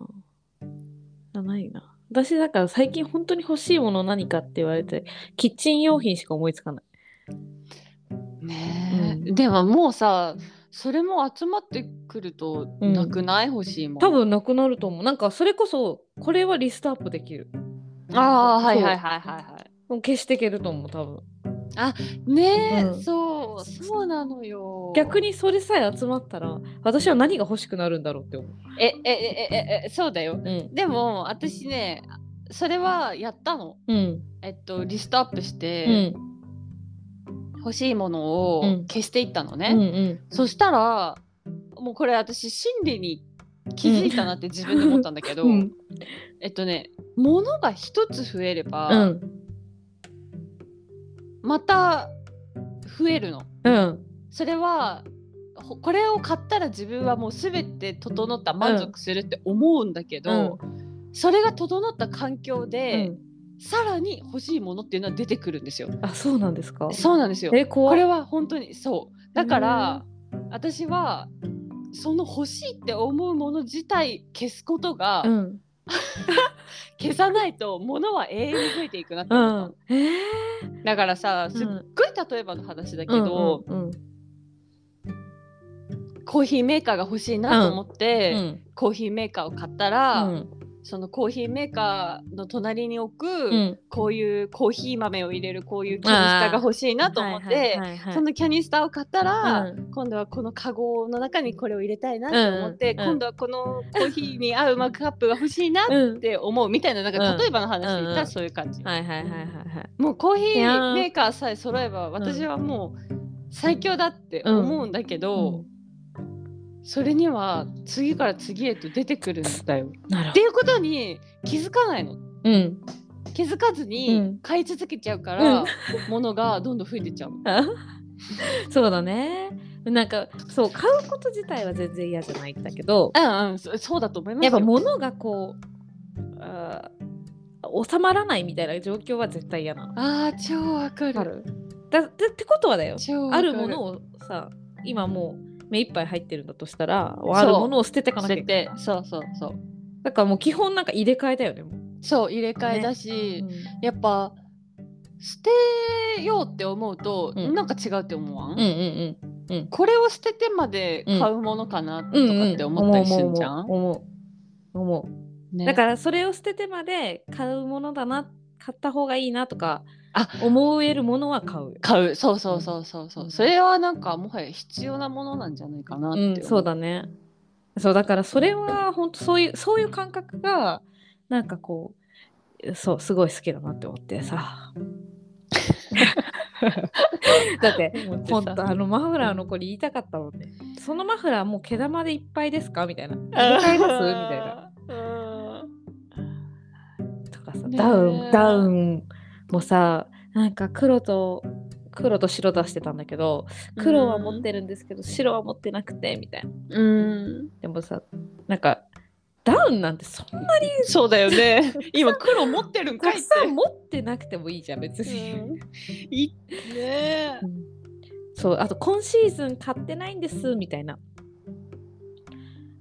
なあないな私だから最近本当に欲しいもの何かって言われてキッチン用品しか思いつかない
ねえ、
うん
でももうさそれも集まってくると
うん
なくない、欲しいもん
多分なくなると思うなんかそれこそこれはリストアップできる
ああはい
そう
はいはいはいはい
もう消していけると思う多分
ねえ、
うん
そうそうなのよ
逆にそれさえ集まったら私は何が欲しくなるんだろうって思う。
ええええええそうだよ
うん。
でも私ねそれはやったの
うん。
えっとリストアップし
う
て
ん。
欲しいもの
う
を
ん
消していったのね、
うんうん。
そしたらもうこれ私心理に気づいたなって自分で思ったんだけど、
うん。
えっとね物が一つ増えれば、
うん。
また増えるの
うん。
それはほこれを買ったら自分はもう全て整った満足するって思うんだけど、それが整った環境で、さらに欲しいものっていうのは出てくるんですよ。
あ、そうなんですか。
そうなんですよ
え、怖
これ
い。
は本当にそうだから私はその欲しいって思うもの自体消すことが、
うん。
消さないと物は永遠に増えていくなって
う
思っ
ん。ええ。
た、だからさすっ
うん
ごい例えばの話だけど、
うんうん
コーヒーメーカーが欲しいなと思って、
うん
コーヒーメーカーを買ったら、そのコーヒーメーカーの隣に置く、
うん
こういうコーヒー豆を入れるこういうキャニスタが欲しいなと思って、
はいはいはいはい
そのキャニスタを買ったら、
うん
今度はこのカゴの中にこれを入れたいなと思って、
うんうん
今度はこのコーヒーに合うマグカップが欲しいなっ
うん
て思うみたいななん
う
か
ん
例えばの話で言った
うん
らそういう感じ、
はいはいはいはいはい。
もうコーヒ
いや
ー
ー
メーカーさえ揃えば私はもう最強だって思うんだけど、それには次から次へと出てくるんだよ。
なる
っていうことに気づかないの
ほど。うん。
気づかず
う
に
ん
買い続けちゃうから、
うん
物がどんどん増えてっち ゃうの。
そうだね。なんかそう買うこと自体は全然嫌じゃないんだけど、
うんうん、そそうだと思います
やっ
よ。
ぱ物がこうあー収まらないみたいな状況は絶対嫌なの。
ああ超わか
わか
る。
るだだってことはだよ。
超わか
あるものをさ今もう目いっぱい入ってるんだとしたらあるものを捨ててかなきゃい
捨て
け
て
ない。
そうそうそう
だからもう基本なんか入れ替えだよね。もう
そう入れ替えだ
う
し、
ん
やっぱ捨てようって思うと、
うん
なんか違うって思わん、
うんうん
これを捨ててまで買うものかなと
うんうん
か
うん
って思ったりするじゃん、
思う思う思う思う
ね
だからそれを捨ててまで買うものだな買った方がいいなとか
あ
思えるものは買うよ。
買うそうそうそうそうそう、
うん
それはなんかもはや必要なものなんじゃないかなって思
うん、そうだね。そうだからそれは本当そういうそういう感覚がなんかこうそうすごい好きだなって思って さ。だって
思って
本
さ
当あのマフラーの子に言いたかったもんね。そのマフラーもう毛玉でいっぱいですかみたいな。入れ替えますみたいな。
な
とかさ、
ねえ
ダウンダウンもさなんか黒と黒と白出してたんだけど黒は持ってるんですけど白は持ってなくてみたいな。
うん
でもさなんかダウンなんてそんな
そうだよ ね今黒持ってるん
た
かい
く
っ
さ
て
ん持ってなくてもいいじゃん別に、
いねえ
うんそうあと今シーズン買ってないんですみたいな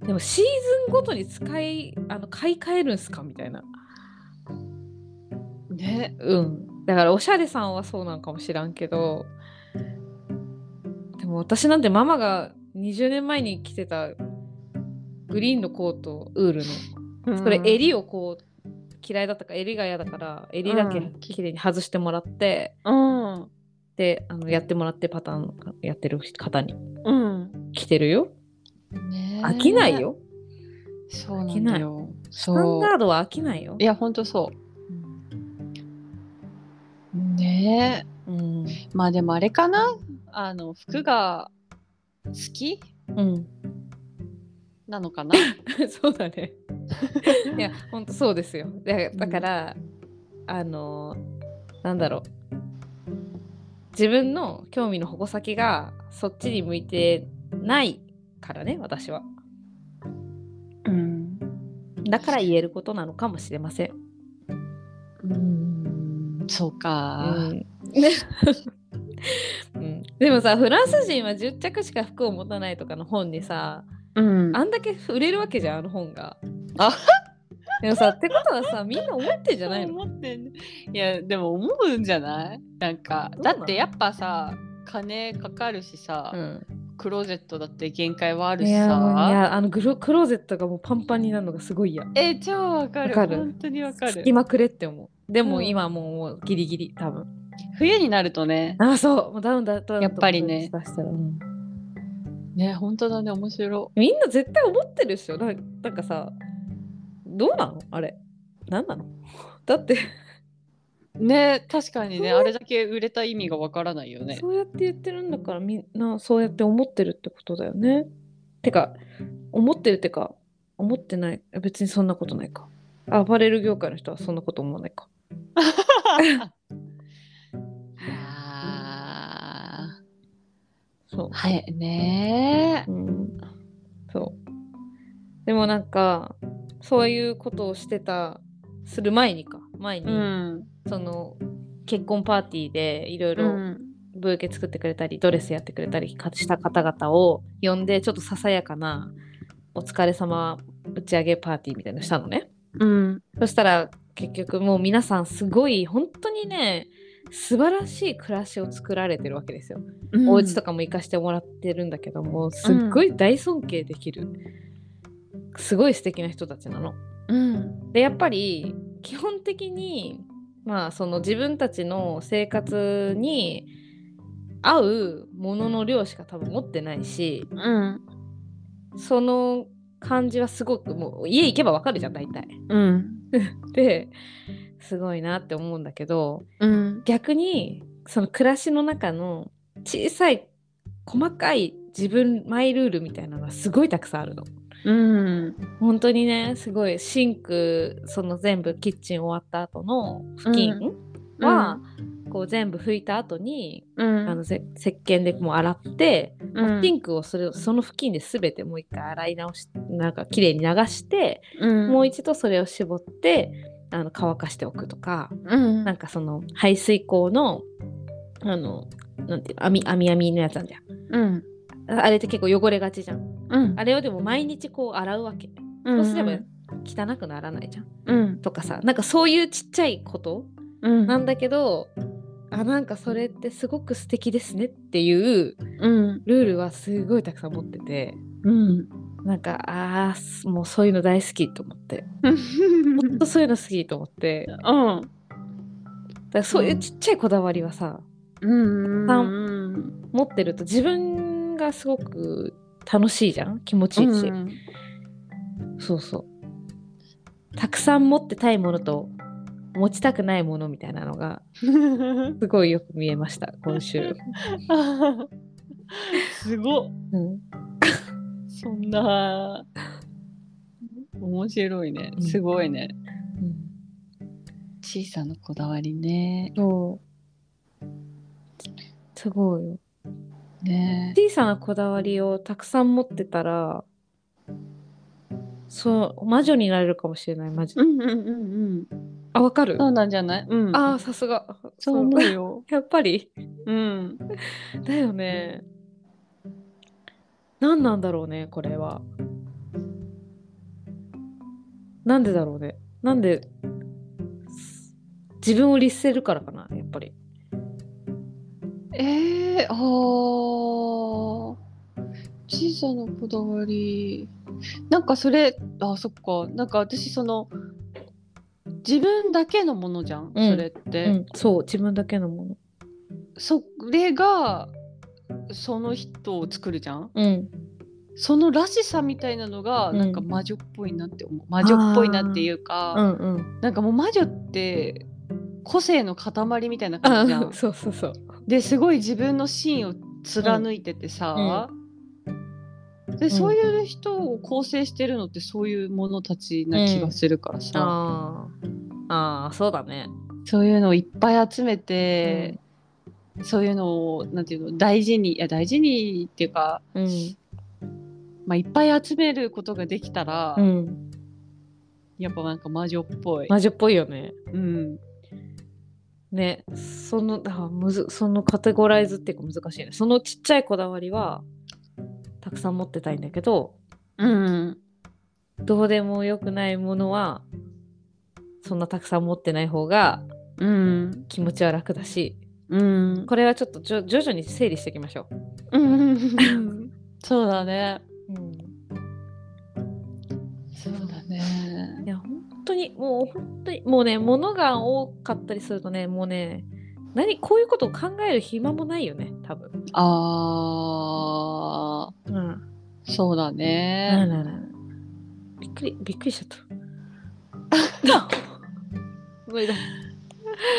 でもシーズンごとに使いあの買い替えるんすかみたいな
ね
うんだからおしゃれさんはそうなんかもしらんけどでも私なんてママが20年前に着てたグリーンのコートウールのそれ襟をこう嫌いだったから襟が嫌だから襟だけ
うん
綺麗に外してもらって、
うん
であのやってもらってパターンやってる方に
うん
着てるよ
ねえ
飽きないよ
そうなんだよ
スタ
そ
ンダ
う
ードは飽きないよ
いやほんとそうねえ
うん
まあでもあれかなあの服が好き
うん、
なのかな
そうだねいやほんとそうですよだだから、あのなんだろう自分の興味の矛先がそっちに向いてないからね私は
うん
だから言えることなのかもしれません
うんそうか
うん、でもさフランス人は10着しか服を持たないとかの本にさ
うん
あんだけ売れるわけじゃんあの本が。
あ
でもさってことはさみんな思ってんじゃないの
そう思ってんねいやでも思うんじゃないなんか
どう
だ
なの
ってやっぱさ金かかるしさ、
うん、
クローゼットだって限界はある
い
し
やもうい
さ
やあのグロクローゼットがもうパンパンになるのがすごい嫌
え超わかる
わかる
本当にわかる
隙間くれって思うでも
うん
今もうギリギリ多分
冬になるとね
あそうもうダウンだと
やっぱりね
出したらうん
ね本当だね面白
みんな絶対思ってるっしょなんなんかさどうなのあれなんなの だって
いね確かにねあれだけ売れた意味がわからないよね
そうやって言ってるんだからみんなそうやって思ってるってことだよね。てか思ってるってか思ってない別にそんなことないか。アパレル業界の人はそんなこと思わないか。
あ
そう
ー。はいね
うん、そうでもなんかそういうことをしてたする前にか前に、
ん
その結婚パーティーでいろいうろ
ん
ブーケ作ってくれたりドレスやってくれたりした方々を呼んでちょっとささやかなお疲れ様打ち上げパーティーみたいなのしたのね。
うん
そしたら結局もう皆さんすごい本当にね素晴らしい暮らしを作られてるわけですよ。お家と
か
かも行かしてもらってるんだけどもすっごい大尊敬できる、すごい素敵な人たちなの。
うん
でやっぱり基本的にまあその自分たちの生活に合うものの量しか多分持ってないし
うん
その感じはすごくもう家行けばわかるじゃん大体。
うん
ですごいなって思うんだけど
うん
逆にその暮らしの中の小さい細かい自分マイルールみたいなのがすごいたくさんあるの。
うん
本当にねすごいシンクその全部キッチン終わった後の付近は、こう全部拭いた後に、
うん
あのせ石鹸でもう洗って、
うん
シンクをそれその付近で全てもう一回洗い直しなんか綺麗に流して、
うん
もう一度それを絞ってあの乾かしておくとか、
うん
なんかその排水口のあのなんていうの網網網のやつなんだよ
うん
あれって結構汚れがちじゃん
うん
あれをでも毎日こう洗うわけそうすれば汚くならないじゃん
うん
とかさなんかそういうちっちゃいこと
うん
なんだけどあなんかそれってすごく素敵ですねっていう
うん
ルールはすごいたくさん持ってて
うん
なんかあーもうそういうの大好きと思ってほんとそういうの好きと思ってだ
うん
からそういうちっちゃいこだわりはさ
うん
さ
うん
持ってると自分がすごく楽しいじゃん気持ちいいし、そうそうたくさん持ってたいものと持ちたくないものみたいなのがすごいよく見えました今週、
すごっ
うん、
そんな面白いね
うん
すごいね小さなこだわりね
そうすごいよ
ね
小さなこだわりをたくさん持ってたらそう魔女になれるかもしれないマジで
うんうんうんうん
あわかる
そうなんじゃないうん
あーさすが
そう思うよ
やっぱり
うん
だよね。何なんだろうね、これは。なんでだろうね。なんで、す自分を律せるからかな、やっぱり。
えー、あー小さなこだわりなんかそれあそっかなんか私その自分だけのものじゃん、
うん
それって、
うん、そう、自分だけのもの。
それがその人を作るじゃん
うん。
そのらしさみたいなのが
うん
なんか魔女っぽいなって思う、魔女っぽいなっていうか、
うんうん。
なんかもう魔女って個性の塊みたいな
あ
感じじゃ ん
そうそうそう。
ですごい自分のシーンを貫いててさ、で、
ん
そういう人を構成してるのってそういうものたちな気がするからさ、
ああ。ああ、そうだね。
そういうのをいっぱい集めて、そういうのをなんていうの大事にいや大事にっていうか、
うん。
まあ、いっぱい集めることができたら、
うん。
やっぱなんか魔女っぽい。
魔女っぽいよね。
うん、
ね、そのあむずそのカテゴライズっていうか難しいねそのちっちゃいこだわりはたくさん持ってたいんだけど
うん
どうでもよくないものはそんなたくさん持ってない方が
うん
気持ちは楽だし
うん
これはちょっとじょ徐々に整理していきましょ
うんそうだね。
う、うん、
そうだね。
いや本当にもう本当にもうね物が多かったりするとねもうね何こういうことを考える暇もないよね多分、
あ
うん、
ーそうだ
な
ね。
ららびっくりびっくりしちゃった無理だ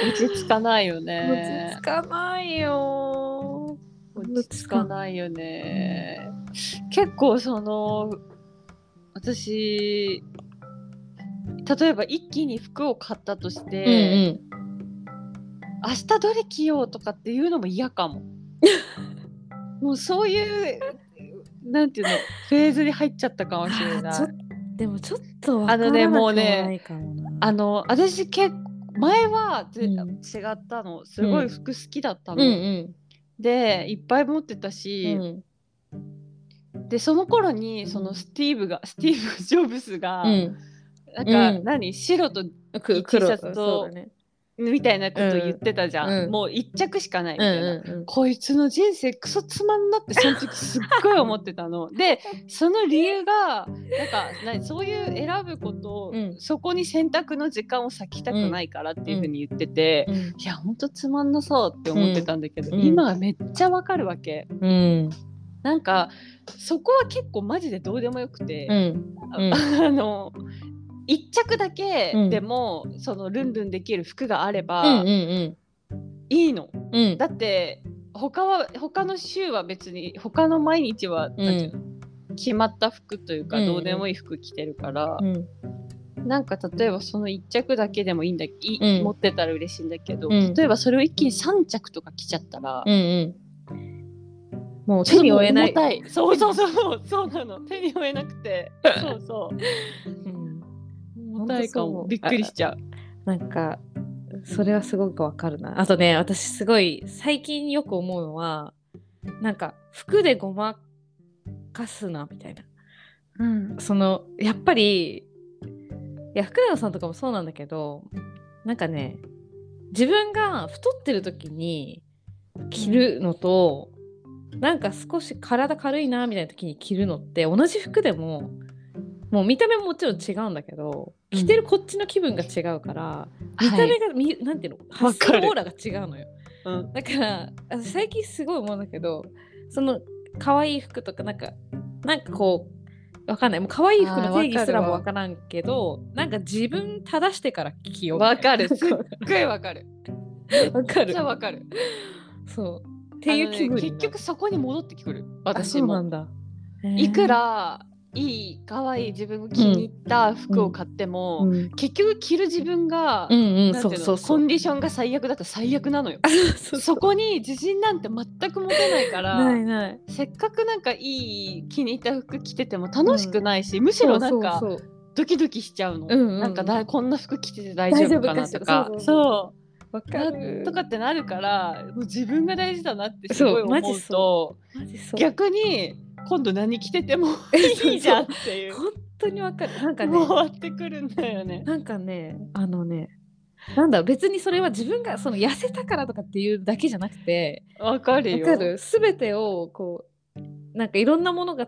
落ち着かないよね
落ち着。かないよ
落ち着かないよね。結構その私例えば一気に服を買ったとして、
うん
明日どれ着ようとかっていうのも嫌 かも。もうそういうなんていうのフェーズに入っちゃったかもしれ
あ
な
ー
い
ちょ。でもちょっと
あのねもうねあ
あ
の私結構前はぜ、
うん
違ったのすごい服好きだった
う
の、
んうん
でいっぱい持ってた
う
し、
ん
でその頃にそのスティーブがスティーブ・ジョブズが、
うん
なんか、
うん
何白と
く
T シ
黒
ャツと
そうだね
みたいなこと言ってたじゃん、
うん
もう一着しかないみ
う
たいな。
んうんうん
こいつの人生クソつまんなってその時すっごい思って たのでその理由がなんか何そういう選ぶことを、
うん
そこに選択の時間を割きたくないからっていうふうに言ってて、
うん
いやほんとつまんなそうって思ってたんだけど、
うん
今はめっちゃわかるわけ
うん
なんかそこは結構マジでどうでもよくて、
うんうん
あの一着だけ
うん
でも、そのルンルンできる服があれ
う
ば
んうん
いいの、
うん
だって他は他の週は別に他の毎日は、なんていうの決まった服というか、
うんうん
どうでもいい服着てるから
う、ん
なんか例えばその一着だけでもいいんだい、
うん
持ってたら嬉しいんだけど、
うん
例えばそれを一気に3着とか着ちゃったら、
うんうんもう手に負えない
ちょっともう重たい。そうそうそう、そうなの。手に負えなくて。そうそう。
うん
重たいか
ほんとそ
も。
う
びっくりしちゃう。
なんかそれはすごくわかるなあとね私すごい最近よく思うのはなんか服でごまかすなみたいな
うん。
そのやっぱりいや福永さんとかもそうなんだけどなんかね自分が太ってる時に着るのとなんか少し体軽いなみたいな時に着るのって同じ服でももう見た目ももちろん違うんだけど着てるこっちの気分が違うから、見た
は
目
い。
がみ、なんていうの
わ
発
かる
想オーラが違うのよ
うん。
だからあ最近すごい思うんだけどその可愛い服とかなんかなんかこうわかんないもう可愛い服の定義すらもわからんけどなんか自分正してから着ようみたい
わかる。
な
すっごいわかる。
わか
めっ
る
ちゃわかる。
そうっていう気
あの
分に
ね
な
結
る
局そこに戻ってくる。
あ
私
そうな
も。
んだ
いく、らいい、可愛い自分が気に入った服を買って
へーう
も、
ん、
結局着る自分が、
うんうん
なんて
そ
いうの
そう そ
コン
う
ディションが最悪だと最悪なのよ。
そう
そこに自信なんて全く持てないから。
ないない
せっかくなんかいい気に入った服着てても楽しくないし、むしろなんか
そうそうそう
ドキドキしちゃうの、
うんうん
なんかだこんな服着てて大丈夫かなと
大
か
丈夫かしら
そ
わ
う
か
な
る
とかってなるからもう自分が大事だなってす
そう
ごい思
マ
う
ジ
と
マジそう
逆に今度何着ててもいいじゃんっていう
本当にわかるなんかね
回ってくるんだよね。
なんかねあのねなんだろう別にそれは自分がその痩せたからとかっていうだけじゃなくて
わかる
わ
よ。
かる全てをこうなんかいろんなものが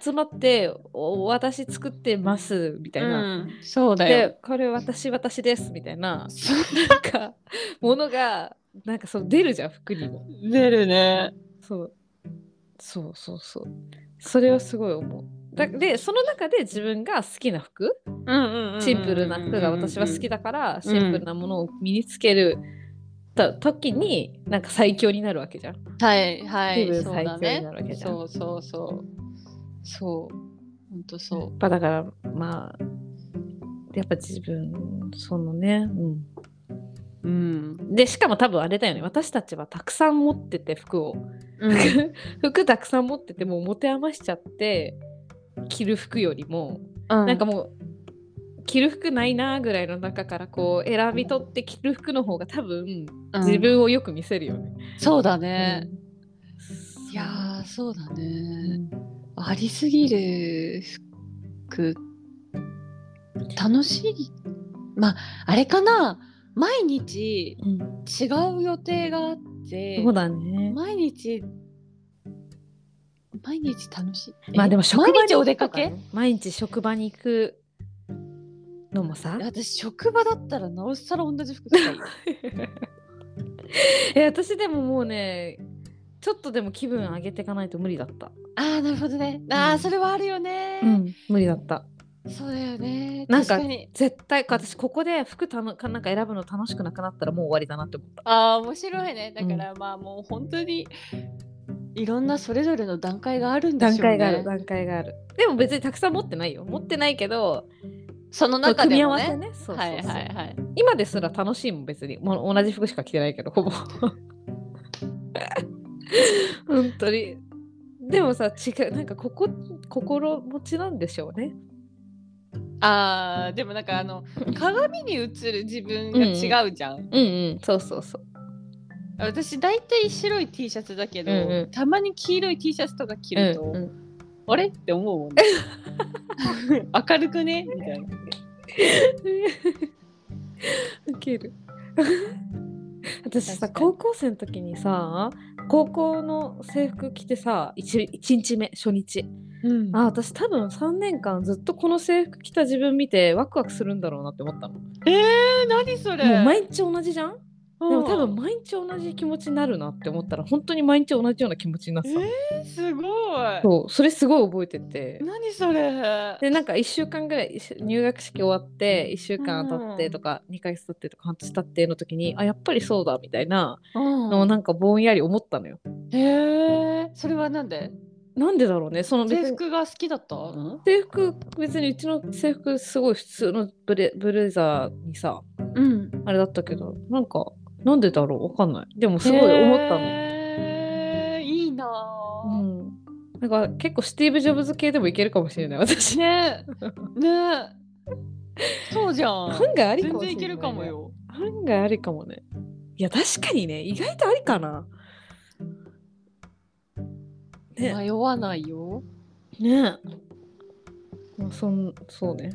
集まってお私作ってますみたいな、
うん、そうだよ。
でこれ私私ですみたい な
そう
なんかものがなんかそう出るじゃん服にも
出るね。
そうそうそうそうそれはすごい思うだでその中で自分が好きな服、
うんうんうん
シンプルな服が私は好き
だ。
だから、シンプルなものを身につけるた時になんか最強になるわけじゃん。
はいはい。
気分
そう
最強
だ
に
ね
なるわけじゃん。
そうそうそう。そう。ほんとそ
まあだからまあやっぱ自分そのね、
う。うん。
うん、でしかも多分あれだよね私たちはたくさん持ってて服を服たくさん持っててもう持て余しちゃって着る服よりも、
な
なんかもう着る服ないなぐらいの中からこう選び取って着る服の方が多分自、分をよく見せるよね。
そうだね。
うん
いやー、そうだ
う
ね。
ん
ありすぎる服。楽しい。まあ、あれかな。毎日違う予定があって
そ、うだね。
毎日、毎日楽しい。
まあでも
え
職場に
毎日お
行
出
く
か
と
け、
ね毎日職場に行くのもさ。
私職場だったらなおさら同じ服着たいよ
え私でももうねちょっとでも気分上げていかないと無理だった、
あーなるほどねあ
う
ー
ん
それはあるよね、
うん、無理だった
そうだよね
なんか
確に
絶対私ここで服たのかなんか選ぶの楽しくなくなったらもう終わりだなって思った
ああ面白いねだからまあもう本当にいろんなそれぞれの段階があるんで
段
しょう
階
ね
がある段階があるでも別にたくさん持ってないよ持ってないけど
その中
組み
で
合
も
わせ
ね
ねそうそうそう、
はいはいはい
今ですら楽しいもん別にもう同じ服しか着てないけど ほぼ本当にでもさ違うなんかここ心持ちなんでしょうね
あーでもなんか あの鏡に映る自分が違うじゃん、
うんうんそうそうそう
私大体白い T シャツだけど、
うんうん
たまに黄色い T シャツとか着ると、
うんうん
あれって思うもん ね明るくねみたいな
ウケる 私さ
確かに
高校生の時にさ高校の制服着てさ 1, 日目初日
うん
あ私多分3年間ずっとこの制服着た自分見てワクワクするんだろうなって思ったのも
えー、何それ
う毎日同じじゃん
うん
でも多分毎日同じ気持ちになるなって思ったら本当に毎日同じような気持ちになってた、
えーすごい
そうそれすごい覚えてて
何それ
でなんか1週間ぐらい一緒入学式終わって1週間経ってとか2ヶ月経ってとか半年経っての時にあやっぱりそうだみたいなのを
うん
なんかぼんやり思ったのよ。
へえそれはなんで
なんでだろうねその別に
制服が好きだったうん
制服別にうちの制服すごい普通のブレブレザーにさあれだったけどなんかなんでだろうわかんないでもすごい思ったの。
へーいいなあ
うんなんか結構スティーブ・ジョブズ系でもいけるかもしれない私。
ねねそうじゃん
案外ありか
全
もしれない、
然いけるかも。よ
案外ありかもね。いや確かにね意外とありかな。ね
迷わないよ
ねまあそんそうね。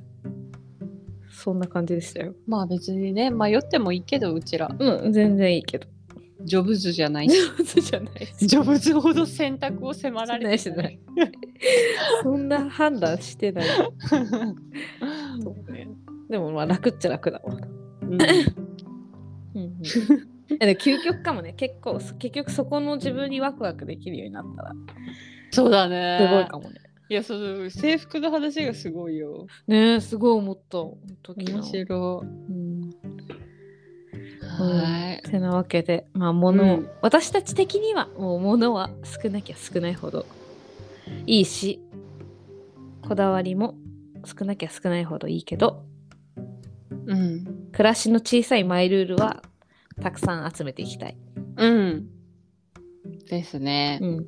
そんな感じでしたよ。
まあ別にね迷ってもいいけどうちら
うん全然いいけど。
ジョブズじゃないし
上手 じゃないし。
ジョブズほど選択を迫られて
してないそんな判断してない。 そうね。でもまあ楽っちゃ楽だわ。うんうん、えで究極かもね結構結局そこの自分にワクワクできるようになったら
そうだね
すごいかもね。
いやその制服の話がすごいよ
ねえすごい思った。本当昨日
面白
うん
いはい
てなわけで、まあ、物を
うん
私たち的にはもう物は少なきゃ少ないほどいいしこだわりも少なきゃ少ないほどいいけど
うん
暮らしの小さいマイルールはたくさん集めていきたい、
うんですね
うん、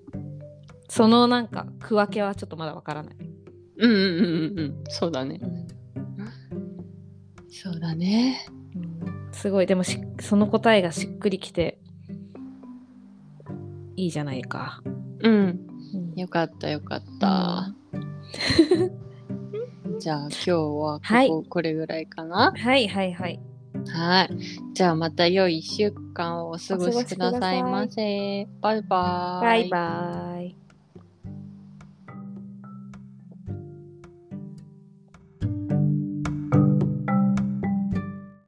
そのなんか区分けはちょっとまだわからない、
うんうんうんうんうんそうだね
うん
そうだね
すごいでもしその答えがしっくりきていいじゃないか、
うん
うん
よかったよかった、じゃあ今日はここ,、
はい
これぐらいかな
はいはいはい
はいじゃあまた良い1週間をお過ごしくださいませバイバイ
バイバイ